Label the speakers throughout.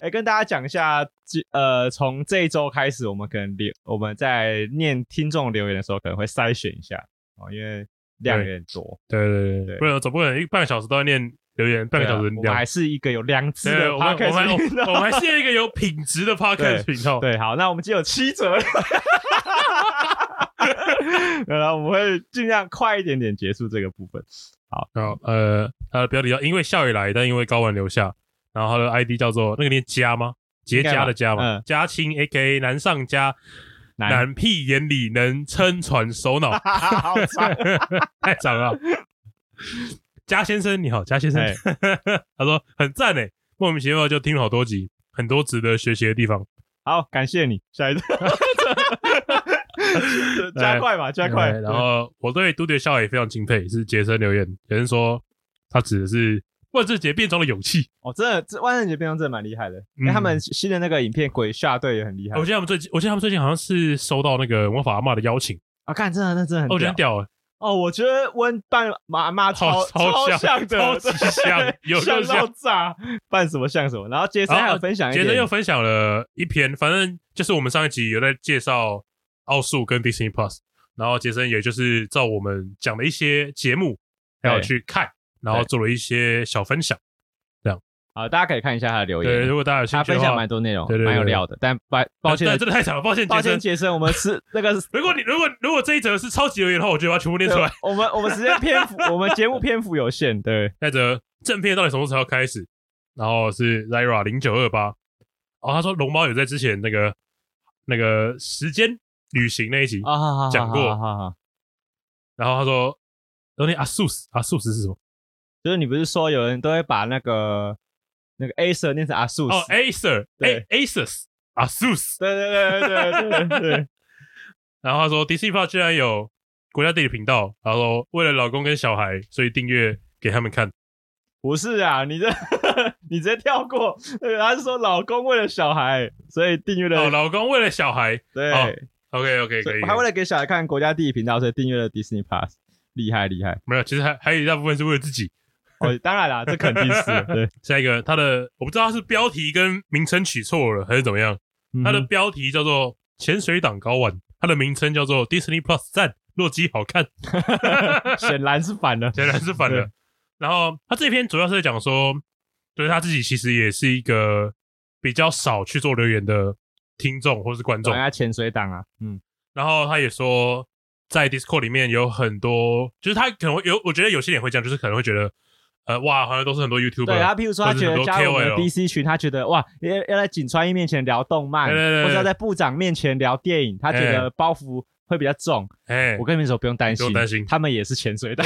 Speaker 1: 哎，跟大家讲一下，这呃，从这一周开始，我们可能留我们在念听众留言的时候，可能会筛选一下哦，因为量有点多。
Speaker 2: 对对对
Speaker 1: 对
Speaker 2: 对，不然总不能一半个小时都在念留言，半个
Speaker 1: 对啊
Speaker 2: 小时
Speaker 1: 我们
Speaker 2: 两
Speaker 1: 还是一个有良知
Speaker 2: 对，
Speaker 1: 的
Speaker 2: 我们我
Speaker 1: podcast
Speaker 2: 们
Speaker 1: 频道
Speaker 2: 我们还哦是一个有品 质的 podcast 频道。
Speaker 1: 对，好，那我们今天有七折了， 然后我们会尽量快一点点结束这个部分。
Speaker 2: 然后呃，他的标题叫“因为笑而来，但因为睾丸留下”，然后他的 ID 叫做那个念佳吗？结痂的痂
Speaker 1: 嗯
Speaker 2: 嘛，嘉青 A K 南上家，
Speaker 1: 男
Speaker 2: 男屁眼里能撑船手 脑，
Speaker 1: 好长，
Speaker 2: 太长了。嘉先生你好，嘉先生
Speaker 1: 哎，
Speaker 2: 他说很赞诶，莫名其妙就听了好多集，很多值得学习的地方。
Speaker 1: 好，感谢你，下一 个，加快吧，加快。
Speaker 2: 对哎然后我对都铎笑也非常敬佩，是杰森留言，杰森说他指的是万圣节变装的勇气。
Speaker 1: 哦，真的，这万圣节变装真的蛮厉害的。
Speaker 2: 嗯
Speaker 1: 哎，他们新的那个影片《鬼下队》也很厉害
Speaker 2: 我记得他们最近，我记得他们最近好像是收到那个魔法阿嬷的邀请，
Speaker 1: 啊！看，真的，那真的很
Speaker 2: 哦我觉得很
Speaker 1: 屌。
Speaker 2: 屌欸，
Speaker 1: 哦，我觉得温扮妈妈超
Speaker 2: 好超像
Speaker 1: 像的，
Speaker 2: 超级像
Speaker 1: 对
Speaker 2: 有够
Speaker 1: 像到
Speaker 2: 像
Speaker 1: 炸，扮什么像什么。然后杰森
Speaker 2: 然后
Speaker 1: 还有分享一
Speaker 2: 杰森又
Speaker 1: 点，
Speaker 2: 分享了一篇，反正就是我们上一集有在介绍奥数跟 Disney Plus，然后杰森也就是照我们讲的一些节目，还有
Speaker 1: 对
Speaker 2: 去看，然后做了一些小分享。
Speaker 1: 好，大家可以看一下他的留
Speaker 2: 对，
Speaker 1: 言
Speaker 2: 如。果大家有兴
Speaker 1: 哦他
Speaker 2: 趣
Speaker 1: 分
Speaker 2: 的
Speaker 1: 享
Speaker 2: 话，
Speaker 1: 蛮多内容
Speaker 2: 对，对对
Speaker 1: 蛮有料的，但抱抱歉
Speaker 2: 但
Speaker 1: 的，
Speaker 2: 真的太长了，抱歉，
Speaker 1: 抱
Speaker 2: 杰
Speaker 1: 歉，
Speaker 2: 森。
Speaker 1: 杰森，我们是那个
Speaker 2: 如果你如果如果这一则是超级留言的话，我觉得把它全部念出来。
Speaker 1: 我们我们时间篇幅，我们节目篇幅有限，对，
Speaker 2: 那则正片到底什么时候开始？然后是 Zira 零九二八，哦，他说龙猫有在之前那个那个时间旅行那一集，
Speaker 1: 啊，好好好
Speaker 2: 讲过
Speaker 1: 好好好，
Speaker 2: 然后他说，然后那阿素斯阿素斯是什么？
Speaker 1: 就是你不是说有人都会把那个那个 A sir 念成阿素斯？
Speaker 2: 哦，Acer
Speaker 1: 对
Speaker 2: A Asus 阿素斯。
Speaker 1: 对对对对对对对，
Speaker 2: 然后他说 Disney Plus 居然有国家地理频道，然后说为了老公跟小孩，所以订阅给他们看。
Speaker 1: 不是啊，你这 你直接跳过，对，他是说老公为了小孩，所以订阅
Speaker 2: 哦，
Speaker 1: 了，
Speaker 2: 老公为了小孩
Speaker 1: 对，
Speaker 2: 哦，OK OK
Speaker 1: 所
Speaker 2: 可
Speaker 1: 以
Speaker 2: 以，
Speaker 1: 我还为了给小孩看国家地理频道，所以订阅了 Disney Plus，厉害厉害，
Speaker 2: 没有，其实还还有一大部分是为了自己。
Speaker 1: 哦，当然啦，这肯定是对，
Speaker 2: 下一个，他的我不知道他是标题跟名称取错了还是怎么样，
Speaker 1: 嗯
Speaker 2: 他的标题叫做《潜水党高玩》，他的名称叫做 Disney Plus 赞洛基好看，
Speaker 1: 显然是反的，
Speaker 2: 显然是反
Speaker 1: 对
Speaker 2: 的。然后他这篇主要是在讲说，就是他自己其实也是一个比较少去做留言的听众或是观众
Speaker 1: 人，家潜水党啊，嗯，
Speaker 2: 然后他也说，在 Discord 里面有很多，就是他可能会有，我觉得有些人会这样，就是可能会觉得，呃，哇，好像都是很多 YouTuber，
Speaker 1: 对他，譬如说他
Speaker 2: 或者
Speaker 1: 觉
Speaker 2: 很
Speaker 1: 得
Speaker 2: 多
Speaker 1: 加入我们的
Speaker 2: KOL
Speaker 1: DC 群，他觉得哇，要要在景川一面前聊动漫，
Speaker 2: 对对对对
Speaker 1: 或者要在部长面前聊电影，他觉得包袱会比较重。
Speaker 2: 哎
Speaker 1: 我，跟你们说不用担心，
Speaker 2: 不用担心
Speaker 1: 他们也是潜水 的，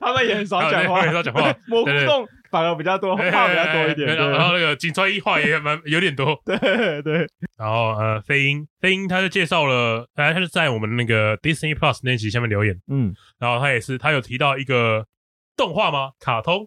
Speaker 1: 他们也很少讲话，
Speaker 2: 啊对他们也很少讲话
Speaker 1: 蘑菇
Speaker 2: 对对
Speaker 1: 洞反而比较多，
Speaker 2: 哎
Speaker 1: 话比较多一点，
Speaker 2: 哎哎 然后那个井川一话也蛮有点多，
Speaker 1: 对对对，
Speaker 2: 然后呃，飞鹰，飞鹰他就介绍了，哎，他就在我们那个 Disney Plus 那集下面留言，
Speaker 1: 嗯，
Speaker 2: 然后他也是，他有提到一个动画吗？卡通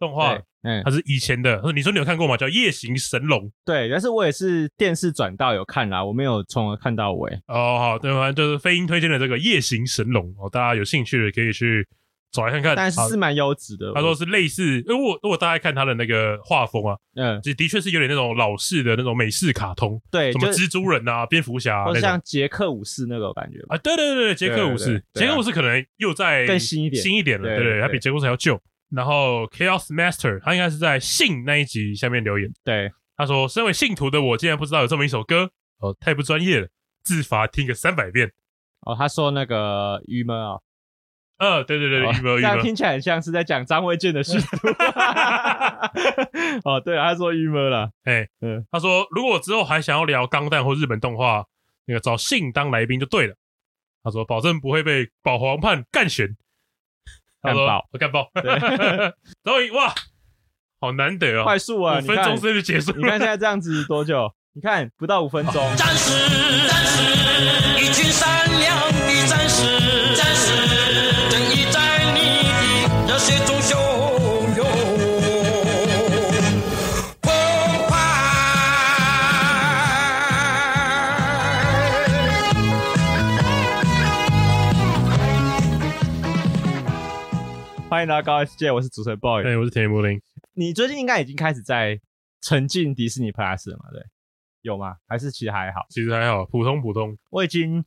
Speaker 2: 动画
Speaker 1: 对，，嗯
Speaker 2: 它是以前的，他说你说你有看过吗？叫《夜行神龙》。
Speaker 1: 对，但是我也是电视转到有看啦，我没有从而看到尾，
Speaker 2: 哦，好，对，反正就是飞鹰推荐的这个《夜行神龙》哦，大家有兴趣的可以去找来看看。
Speaker 1: 但是
Speaker 2: 呃好
Speaker 1: 是蛮优质的。
Speaker 2: 他说是类似，因为我我大概看他的那个画风啊，
Speaker 1: 嗯，
Speaker 2: 就的确是有点那种老式的那种美式卡通，
Speaker 1: 对，
Speaker 2: 什么
Speaker 1: 就是
Speaker 2: 蜘蛛人啊、蝙蝠侠啊
Speaker 1: 或
Speaker 2: 那
Speaker 1: 者
Speaker 2: 种
Speaker 1: 像杰克武士那个感觉吧。
Speaker 2: 啊，对对对对，杰克
Speaker 1: 对
Speaker 2: 武
Speaker 1: 对
Speaker 2: 士，
Speaker 1: 对啊
Speaker 2: 杰克武士可能又在
Speaker 1: 更新一点
Speaker 2: 新一点了，
Speaker 1: 对
Speaker 2: 对
Speaker 1: 对
Speaker 2: 对，
Speaker 1: 对
Speaker 2: 他比杰克武士还要旧。然后 Chaos Master 他应该是在信那一集下面留言，
Speaker 1: 对，
Speaker 2: 他说：“身为信徒的我竟然不知道有这么一首歌，哦，太不专业了，自罚听个三百遍。”
Speaker 1: 哦，他说那个郁闷哦，
Speaker 2: 呃，对对对，
Speaker 1: 哦
Speaker 2: 预谋
Speaker 1: 这
Speaker 2: 预
Speaker 1: 样
Speaker 2: 谋，
Speaker 1: 听起来很像是在讲张卫健的 事。哦，对啊，他说郁闷了，
Speaker 2: 哎，
Speaker 1: 嗯
Speaker 2: 他说如果我之后还想要聊钢弹或日本动画，那个找信当来宾就对了。他说保证不会被保皇判干选，他说
Speaker 1: 干爆
Speaker 2: 我干爆
Speaker 1: 对，
Speaker 2: 终于哇，好难得哦，
Speaker 1: 快速啊，
Speaker 2: 五
Speaker 1: 你
Speaker 2: 分
Speaker 1: 看
Speaker 2: 钟，之内就结束
Speaker 1: 你看
Speaker 2: 了。
Speaker 1: 现在这样子多久？ 你看不到五分钟，
Speaker 3: 战士，战士，一群善良的战士，战士，正义在你的热血中汹涌澎湃。
Speaker 1: 欢迎来到高 S 界，我是主持人 boy。
Speaker 2: 哎，我是田木林，
Speaker 1: 你最近应该已经开始在沉浸迪士尼 Plus 了嘛？对，有吗？还是其实还好？
Speaker 2: 其实还好，普通普通，
Speaker 1: 我已经，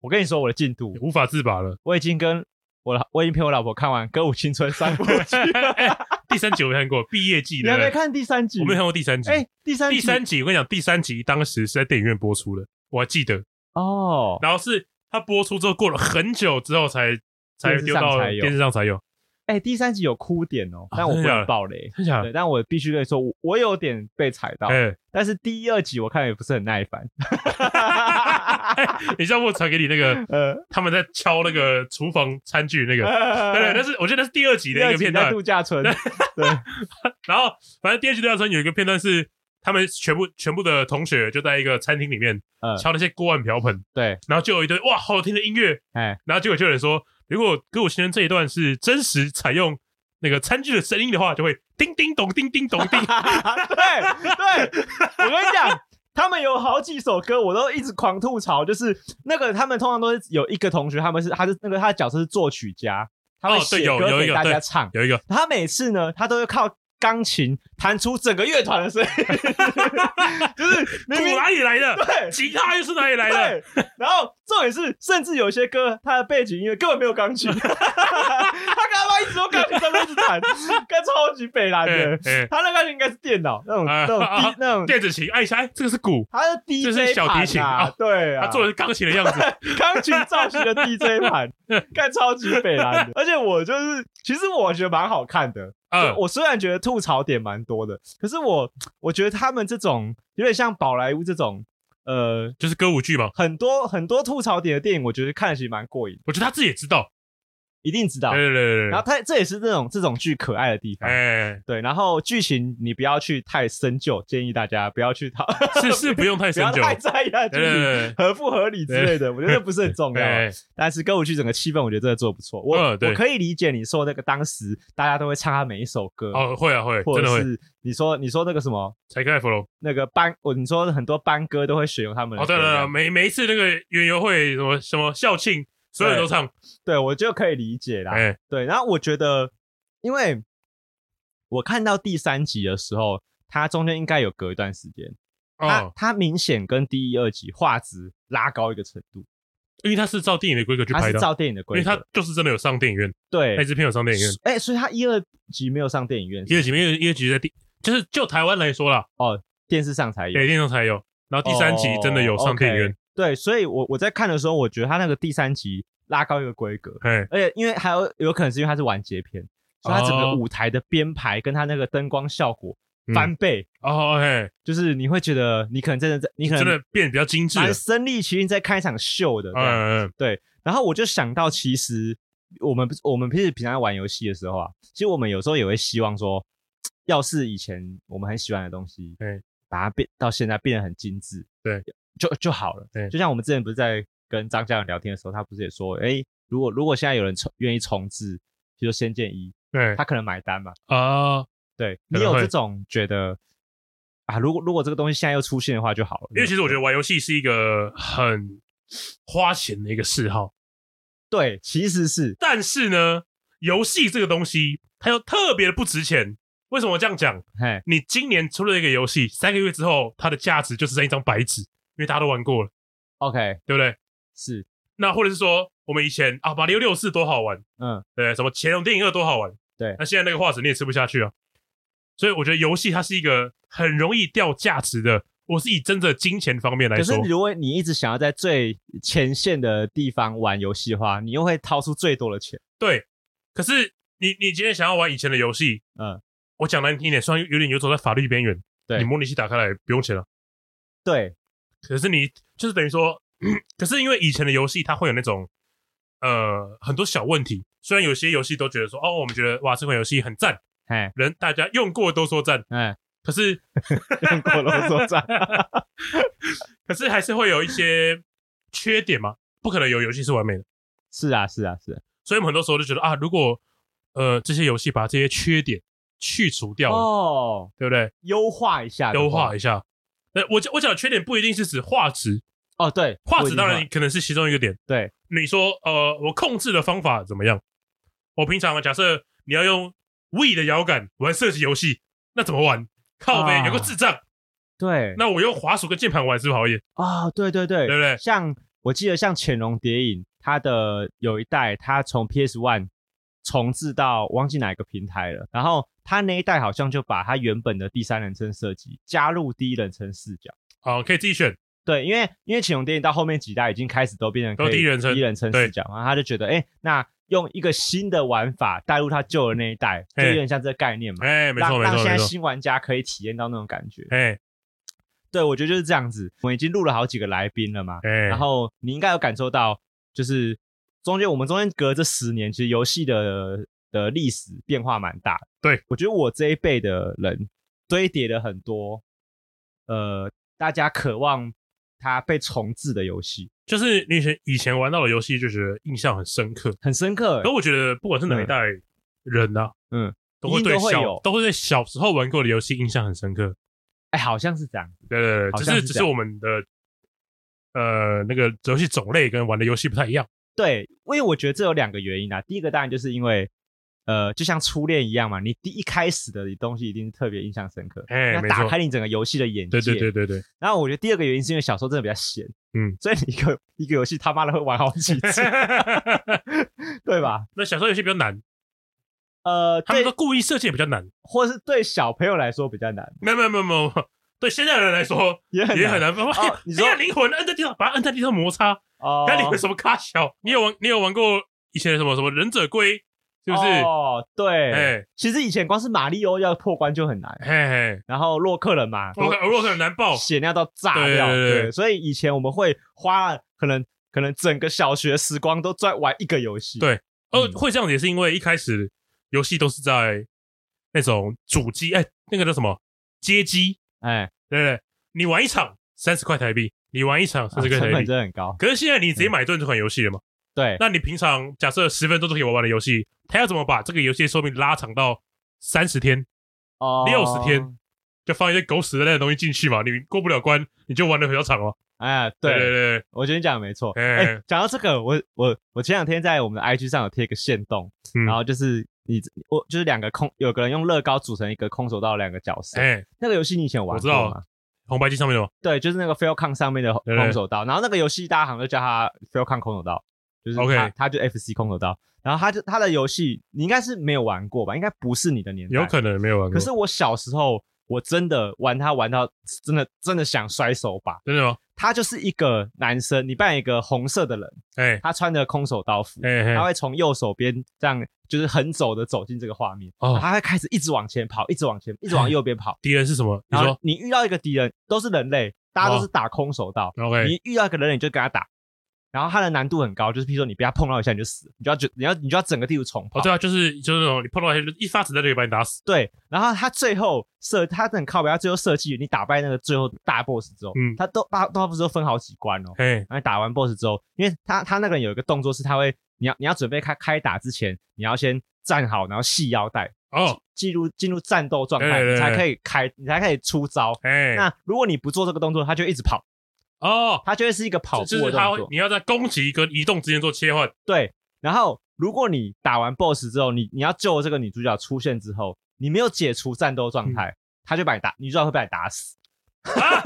Speaker 1: 我跟你说我的进度，
Speaker 2: 无法自拔了。
Speaker 1: 我已经跟我的，我已经陪我老婆看完《歌舞青春》三部曲 了。
Speaker 2: 哎第三集我没看过，毕业季
Speaker 1: 你
Speaker 2: 的，
Speaker 1: 还没看第三集？
Speaker 2: 我没看过第三集。
Speaker 1: 哎、第三集
Speaker 2: 第三集我跟你讲，第三集当时是在电影院播出的，我还记得。
Speaker 1: 哦，
Speaker 2: 然后是它播出之后过了很久之后才才
Speaker 1: 电视
Speaker 2: 丢
Speaker 1: 上
Speaker 2: 到
Speaker 1: 才有
Speaker 2: 电视上才有，
Speaker 1: 哎、第三集有哭点哦，但我不
Speaker 2: 啊真的假
Speaker 1: 能
Speaker 2: 的
Speaker 1: 爆雷。
Speaker 2: 真假的
Speaker 1: 对，？但我必须跟你说，我我有点被踩到，
Speaker 2: 哎，
Speaker 1: 但是第二集我看也不是很耐 烦。
Speaker 2: 你知道我传给你那个
Speaker 1: 呃，
Speaker 2: 他们在敲那个厨房餐具那 个，对
Speaker 1: 对
Speaker 2: 对，那是我觉得那是第二集
Speaker 1: 你
Speaker 2: 的一个片段
Speaker 1: 在。度假村，对，
Speaker 2: 然后反正第二集《对角村》有一个片段是他们全部全部的同学就在一个餐厅里面
Speaker 1: 嗯，
Speaker 2: 敲那些锅碗瓢盆，
Speaker 1: 对，
Speaker 2: 然后就有一堆哇好听的音乐，
Speaker 1: 哎，
Speaker 2: 然后结果就有人说，如果歌舞先生这一段是真实采用那个餐具的声音的话，就会叮叮咚叮 叮咚叮。
Speaker 1: 对对，我跟你讲。他们有好几首歌，我都一直狂吐槽，就是那个他们通常都是有一个同学，他们是他是那个他的角色是作曲家，他会
Speaker 2: 哦对
Speaker 1: 写
Speaker 2: 有
Speaker 1: 歌
Speaker 2: 有
Speaker 1: 给
Speaker 2: 一个
Speaker 1: 大家
Speaker 2: 对
Speaker 1: 唱。
Speaker 2: 有一个
Speaker 1: 他每次呢，他都会靠钢琴弹出整个乐团的声音， 就是
Speaker 2: 鼓
Speaker 1: 明明
Speaker 2: 哪里来的？
Speaker 1: 对
Speaker 2: 吉他又是哪里来的？
Speaker 1: 对，然后重点是，甚至有些歌它的背景音乐根本没有钢琴，他 跟他妈一直用钢琴在那边一直弹，跟超级北蓝 的。
Speaker 2: 哎哎
Speaker 1: 他那钢琴应该是电脑那种
Speaker 2: 啊
Speaker 1: 那种
Speaker 2: 啊
Speaker 1: 低那种，
Speaker 2: 电子琴，哎，哎，这个是鼓，
Speaker 1: 他是 DJ
Speaker 2: 这是小提琴
Speaker 1: 盘啊
Speaker 2: 哦，
Speaker 1: 对啊，
Speaker 2: 他做的是钢琴的样子。
Speaker 1: 钢琴造型的 DJ 盘，看超级北蓝的。而且我就是，其实我觉得蛮好看的，
Speaker 2: 嗯
Speaker 1: 就，我虽然觉得吐槽点蛮多的，可是我我觉得他们这种有点像宝莱坞这种，呃，
Speaker 2: 就是歌舞剧嘛。
Speaker 1: 很多很多吐槽点的电影，我觉得看得其实蛮过瘾，
Speaker 2: 我觉得他自己也知道。
Speaker 1: 一定知道。
Speaker 2: 对对对对
Speaker 1: 啊然后
Speaker 2: 对。
Speaker 1: 它这也是这种这种剧可爱的地方。
Speaker 2: 哎，
Speaker 1: 对，然后剧情你不要去太深究，建议大家不要去讨，
Speaker 2: 是是不用太
Speaker 1: 不
Speaker 2: 深
Speaker 1: 要
Speaker 2: 究。
Speaker 1: 太在意它的剧
Speaker 2: 对对对
Speaker 1: 情
Speaker 2: 对
Speaker 1: 合不合理之类的，我觉得不是很重要啊。
Speaker 2: 哎，
Speaker 1: 但是歌舞剧整个气氛，我觉得真的做得不错。我、
Speaker 2: 嗯对
Speaker 1: 我可以理解你说那个当时大家都会唱他每一首歌，
Speaker 2: 哦，会啊会，
Speaker 1: 或
Speaker 2: 真的
Speaker 1: 者
Speaker 2: 会。
Speaker 1: 是你说你说那个什么
Speaker 2: 才开佛龙。
Speaker 1: 那个班，我你说很多班歌都会选用他们的
Speaker 2: 哦，对
Speaker 1: 歌
Speaker 2: 对对，
Speaker 1: 嘛
Speaker 2: 每每一次那个园游会什么什么校庆，所有人都唱。
Speaker 1: 对我就可以理解啦。
Speaker 2: 哎，
Speaker 1: 对，啊然后我觉得，因为我看到第三集的时候，它中间应该有隔一段时间，它
Speaker 2: 哦，
Speaker 1: 它明显跟第一、二集画质拉高一个程度，
Speaker 2: 因为他是照电影的规格去
Speaker 1: 它
Speaker 2: 拍
Speaker 1: 是
Speaker 2: 的，啊
Speaker 1: 照电影的
Speaker 2: 因
Speaker 1: 规
Speaker 2: 为
Speaker 1: 格，
Speaker 2: 他就是真的有上电影院，
Speaker 1: 对
Speaker 2: 那，支片有上电影院。
Speaker 1: 哎、所以它一、二集没有上电影院，
Speaker 2: 因为前面因为因为其实在第，就是就台湾来说啦，
Speaker 1: 电视上才有。
Speaker 2: 对，电视上才有。然后第三集真的有上电影
Speaker 1: 哦
Speaker 2: 院
Speaker 1: ，OK，对，所以我我在看的时候，我觉得它那个第三集拉高一个规格，
Speaker 2: 哎，
Speaker 1: 而且因为还有有可能是因为它是完结篇，所以它整个
Speaker 2: 哦
Speaker 1: 舞台的编排跟它那个灯光效果
Speaker 2: 嗯
Speaker 1: 翻倍。
Speaker 2: 哦，哎，
Speaker 1: 就是你会觉得你可能真的在，你可
Speaker 2: 真
Speaker 1: 能
Speaker 2: 的变得比较精致了
Speaker 1: 蛮。身临其境在看一场秀的。
Speaker 2: 嗯
Speaker 1: 这样
Speaker 2: 嗯，嗯
Speaker 1: 然后我就想到，其实我们我们平时平常玩游戏的时候啊，其实我们有时候也会希望说，要是以前我们很喜欢的东西，
Speaker 2: 对，
Speaker 1: 把它变到现在变得很精致，
Speaker 2: 对，
Speaker 1: 就就好了。
Speaker 2: 对
Speaker 1: 就像我们之前不是在跟张家人聊天的时候，他不是也说，哎，如果如果现在有人重愿意重置，比如说《仙剑一》，
Speaker 2: 对
Speaker 1: 他可能买单嘛。
Speaker 2: 啊，
Speaker 1: 对
Speaker 2: 可
Speaker 1: 你
Speaker 2: 能
Speaker 1: 有
Speaker 2: 会
Speaker 1: 这种觉得啊，如果如果这个东西现在又出现的话就好了。
Speaker 2: 因为其实我觉得玩游戏是一个很花钱的一个嗜好，
Speaker 1: 对，其实是
Speaker 2: 但是呢，游戏这个东西它又特别的不值钱。为什么我这样讲？
Speaker 1: 嘿，
Speaker 2: 你今年出了一个游戏，三个月之后，它的价值就只剩一张白纸，因为大家都玩过了，
Speaker 1: OK，
Speaker 2: 对不对？
Speaker 1: 是，
Speaker 2: 那或者是说，我们以前啊，《马里奥六四》多好玩，
Speaker 1: 嗯，
Speaker 2: 对，什么《乾隆电影二》多好玩，
Speaker 1: 对
Speaker 2: 那现在那个画质你也吃不下去啊。所以我觉得游戏它是一个很容易掉价值的。我是以真的金钱方面来
Speaker 1: 可
Speaker 2: 说
Speaker 1: 是，如果你一直想要在最前线的地方玩游戏的话，你又会掏出最多的钱。
Speaker 2: 对。可是你你今天想要玩以前的游戏，
Speaker 1: 嗯，
Speaker 2: 我讲难听一点，虽然有点游走在法律边缘，
Speaker 1: 对
Speaker 2: 你模拟器打开来不用钱了，
Speaker 1: 对，
Speaker 2: 可是你就是等于说，可是因为以前的游戏它会有那种呃很多小问题，虽然有些游戏都觉得说哦，我们觉得哇这款游戏很赞，
Speaker 1: 嘿，
Speaker 2: 人大家用过都说赞，
Speaker 1: 嗯，
Speaker 2: 可是
Speaker 1: 用过啰嗦战，
Speaker 2: 可是还是会有一些 缺点嘛，不可能有游戏是完美的，
Speaker 1: 是啊，是啊，是啊。
Speaker 2: 所以我们很多时候就觉得啊，如果呃这些游戏把这些缺点去除掉了，
Speaker 1: 哦，
Speaker 2: 对不对？
Speaker 1: 优化一下的话，
Speaker 2: 优化一下。那我讲我讲的缺点不一定是指画质，
Speaker 1: 哦，对，
Speaker 2: 画
Speaker 1: 不一
Speaker 2: 质
Speaker 1: 定
Speaker 2: 当然
Speaker 1: 会
Speaker 2: 可能是其中一个点。
Speaker 1: 对，
Speaker 2: 你说呃，我控制的方法怎么样？啊我平常假设你要用 We 的摇杆玩射击游戏，那怎么玩？靠背
Speaker 1: 啊
Speaker 2: 有个智障，
Speaker 1: 对，
Speaker 2: 那我用滑鼠跟键盘玩是不是好一点？
Speaker 1: 啊、对对对，
Speaker 2: 对不对
Speaker 1: 像我记得像《潜龙谍影》，它的有一代，它从 PS One 重置到忘记哪个平台了，然后它那一代好像就把它原本的第三人称设计加入第一人称视角。
Speaker 2: 好，啊可以自己选。
Speaker 1: 对，因为因为《潜龙谍影》到后面几代已经开始都变成
Speaker 2: 都
Speaker 1: 可以
Speaker 2: 第一人称
Speaker 1: 第一人称
Speaker 2: 对
Speaker 1: 视角，然后他就觉得，哎，那用一个新的玩法带入他旧的那一代，就
Speaker 2: 哎
Speaker 1: 有点像这个概念嘛。
Speaker 2: 哎，没错
Speaker 1: 让
Speaker 2: 没
Speaker 1: 让
Speaker 2: 错
Speaker 1: 现在
Speaker 2: 没错。
Speaker 1: 新玩家可以体验到那种感觉。
Speaker 2: 哎
Speaker 1: 对，我觉得就是这样子。我们已经录了好几个来宾了嘛，
Speaker 2: 哎，
Speaker 1: 然后你应该有感受到，就是中间我们中间隔这十年，其实游戏的的历史变化蛮大的。
Speaker 2: 对
Speaker 1: 我觉得我这一辈的人堆叠了很多，呃，大家渴望它被重置的游戏，
Speaker 2: 就是你以前以前玩到的游戏，就觉得印象很深刻。
Speaker 1: 很深刻欸
Speaker 2: 可。我觉得不管是哪一代人啊，
Speaker 1: 嗯，
Speaker 2: 都会对
Speaker 1: 一定都会
Speaker 2: 小
Speaker 1: 有
Speaker 2: 都会对小时候玩过的游戏印象很深刻。
Speaker 1: 哎，好像是这样。
Speaker 2: 对对
Speaker 1: 好
Speaker 2: 对，只
Speaker 1: 像
Speaker 2: 是
Speaker 1: 是
Speaker 2: 只
Speaker 1: 这
Speaker 2: 是
Speaker 1: 样
Speaker 2: 我们的呃那个游戏种类跟玩的游戏不太一样。
Speaker 1: 对，因为我觉得这有两个原因啊。第一个当然就是因为，呃，就像初恋一样嘛，你第一开始的东西一定是特别印象深刻，
Speaker 2: 哎
Speaker 1: 那
Speaker 2: 没
Speaker 1: 打
Speaker 2: 错
Speaker 1: 开你整个游戏的眼界。
Speaker 2: 对对对对对，
Speaker 1: 然后我觉得第二个原因是因为小时候真的比较闲，
Speaker 2: 嗯，
Speaker 1: 所以你一个一个游戏他妈的会玩好几 次，对吧？
Speaker 2: 那小时候游戏比较难，
Speaker 1: 呃，
Speaker 2: 他们
Speaker 1: 对
Speaker 2: 都，故意设计也比较难。
Speaker 1: 或是对小朋友来说比较难，
Speaker 2: 没有没有没有没有，对现在的人来说
Speaker 1: 也很
Speaker 2: 也很
Speaker 1: 难
Speaker 2: 难。
Speaker 1: 哦你说
Speaker 2: 哎呀灵魂摁在地上，把它摁在地上摩擦，
Speaker 1: 哦。
Speaker 2: 那你有什么卡小？你有玩你有玩过以前的什么什么忍者龟，是不是？
Speaker 1: 哦，对，
Speaker 2: 哎
Speaker 1: 其实以前光是马里奥要破关就很难，
Speaker 2: 嘿嘿，
Speaker 1: 然后洛克人嘛，
Speaker 2: 我我很难爆，
Speaker 1: 血量到炸
Speaker 2: 哦对
Speaker 1: 掉，
Speaker 2: 对对
Speaker 1: 所以以前我们会花可能可能整个小学时光都在玩一个游戏，
Speaker 2: 对哦，
Speaker 1: 嗯
Speaker 2: 会这样子也是因为一开始游戏都是在那种主机，哎，那个叫什么街机，
Speaker 1: 哎，
Speaker 2: 对不对？你玩一场三十块台币，你玩一场
Speaker 1: 啊
Speaker 2: 三十
Speaker 1: 成
Speaker 2: 块台
Speaker 1: 本
Speaker 2: 币。
Speaker 1: 真的很高，
Speaker 2: 可是现在你直接买断这款游戏了嘛？
Speaker 1: 对，
Speaker 2: 那你平常假设十分钟都可以玩完的游戏，他要怎么把这个游戏的寿命拉长到三十天、
Speaker 1: 哦，
Speaker 2: 六十天，就放一些狗屎的那的东西进去嘛？你过不了关，你就玩的比较长哦。
Speaker 1: 哎，
Speaker 2: 对
Speaker 1: 对
Speaker 2: 对对，对
Speaker 1: 我觉得你讲的没错。
Speaker 2: 哎
Speaker 1: 哎、讲到这个，我我我前两天在我们的 IG 上有贴一个线动，
Speaker 2: 嗯
Speaker 1: 然后就是你我就是两个空，有个人用乐高组成一个空手道的两个角色。
Speaker 2: 哎，
Speaker 1: 那个游戏你以前有玩
Speaker 2: 我知道
Speaker 1: 过吗？
Speaker 2: 红白机上面的嘛，
Speaker 1: 对，就是那个 Failcon 上面的
Speaker 2: 对对
Speaker 1: 空手道，然后那个游戏大家好像就叫它 Failcon 空手道，就是它
Speaker 2: OK
Speaker 1: 它就 FC 空手道，然后它就它的游戏你应该是没有玩过吧？应该不是你的年代，
Speaker 2: 有可能没有玩过。
Speaker 1: 可是我小时候我真的玩它玩到真的真的想摔手把。
Speaker 2: 真的吗？
Speaker 1: 他就是一个男生，你扮演一个红色的人，
Speaker 2: 哎
Speaker 1: 他穿着空手道服，
Speaker 2: 哎
Speaker 1: 他
Speaker 2: 哎，
Speaker 1: 会从右手边这样就是横走的走进这个画面，
Speaker 2: 哦
Speaker 1: 他会开始一直往前跑，一直往前，一直往右边跑。
Speaker 2: 敌人是什么？你
Speaker 1: 然
Speaker 2: 说哦
Speaker 1: 后你遇到一个敌人都是人类，大家都是打空手道，
Speaker 2: OK，
Speaker 1: 你遇到一个人类你就跟他打，然后他的难度很高，就是譬如说你被他碰到一下你就死，你就要就你要你就要整个地图重跑。
Speaker 2: 哦对啊，就是就是那种你碰到他就一发子弹就可以把你打死。
Speaker 1: 对，然后他最后设，他很靠北，他最后设计你打败那个最后大 boss 之后，
Speaker 2: 嗯
Speaker 1: 他都大大 boss 都分好几关哦，
Speaker 2: 哎
Speaker 1: 然后打完 BOSS 之后，因为他他那个人有一个动作是他会，你要你要准备开开打之前，你要先站好，然后系腰带，
Speaker 2: 哦
Speaker 1: 进入进入战斗状
Speaker 2: 对
Speaker 1: 态，
Speaker 2: 对
Speaker 1: 你才
Speaker 2: 对
Speaker 1: 可以开，你才可以出招。
Speaker 2: 哎
Speaker 1: 那如果你不做这个动作，他就一直跑，
Speaker 2: 哦，
Speaker 1: 他就会是一个跑步
Speaker 2: 就
Speaker 1: 的
Speaker 2: 是他
Speaker 1: 动
Speaker 2: 会
Speaker 1: 作。
Speaker 2: 你要在攻击跟移动之间做切换。
Speaker 1: 对，然后如果你打完 BOSS 之后，你你要救这个女主角出现之后，你没有解除战斗状态，他就把你打，女主角会把你打死，
Speaker 2: 啊，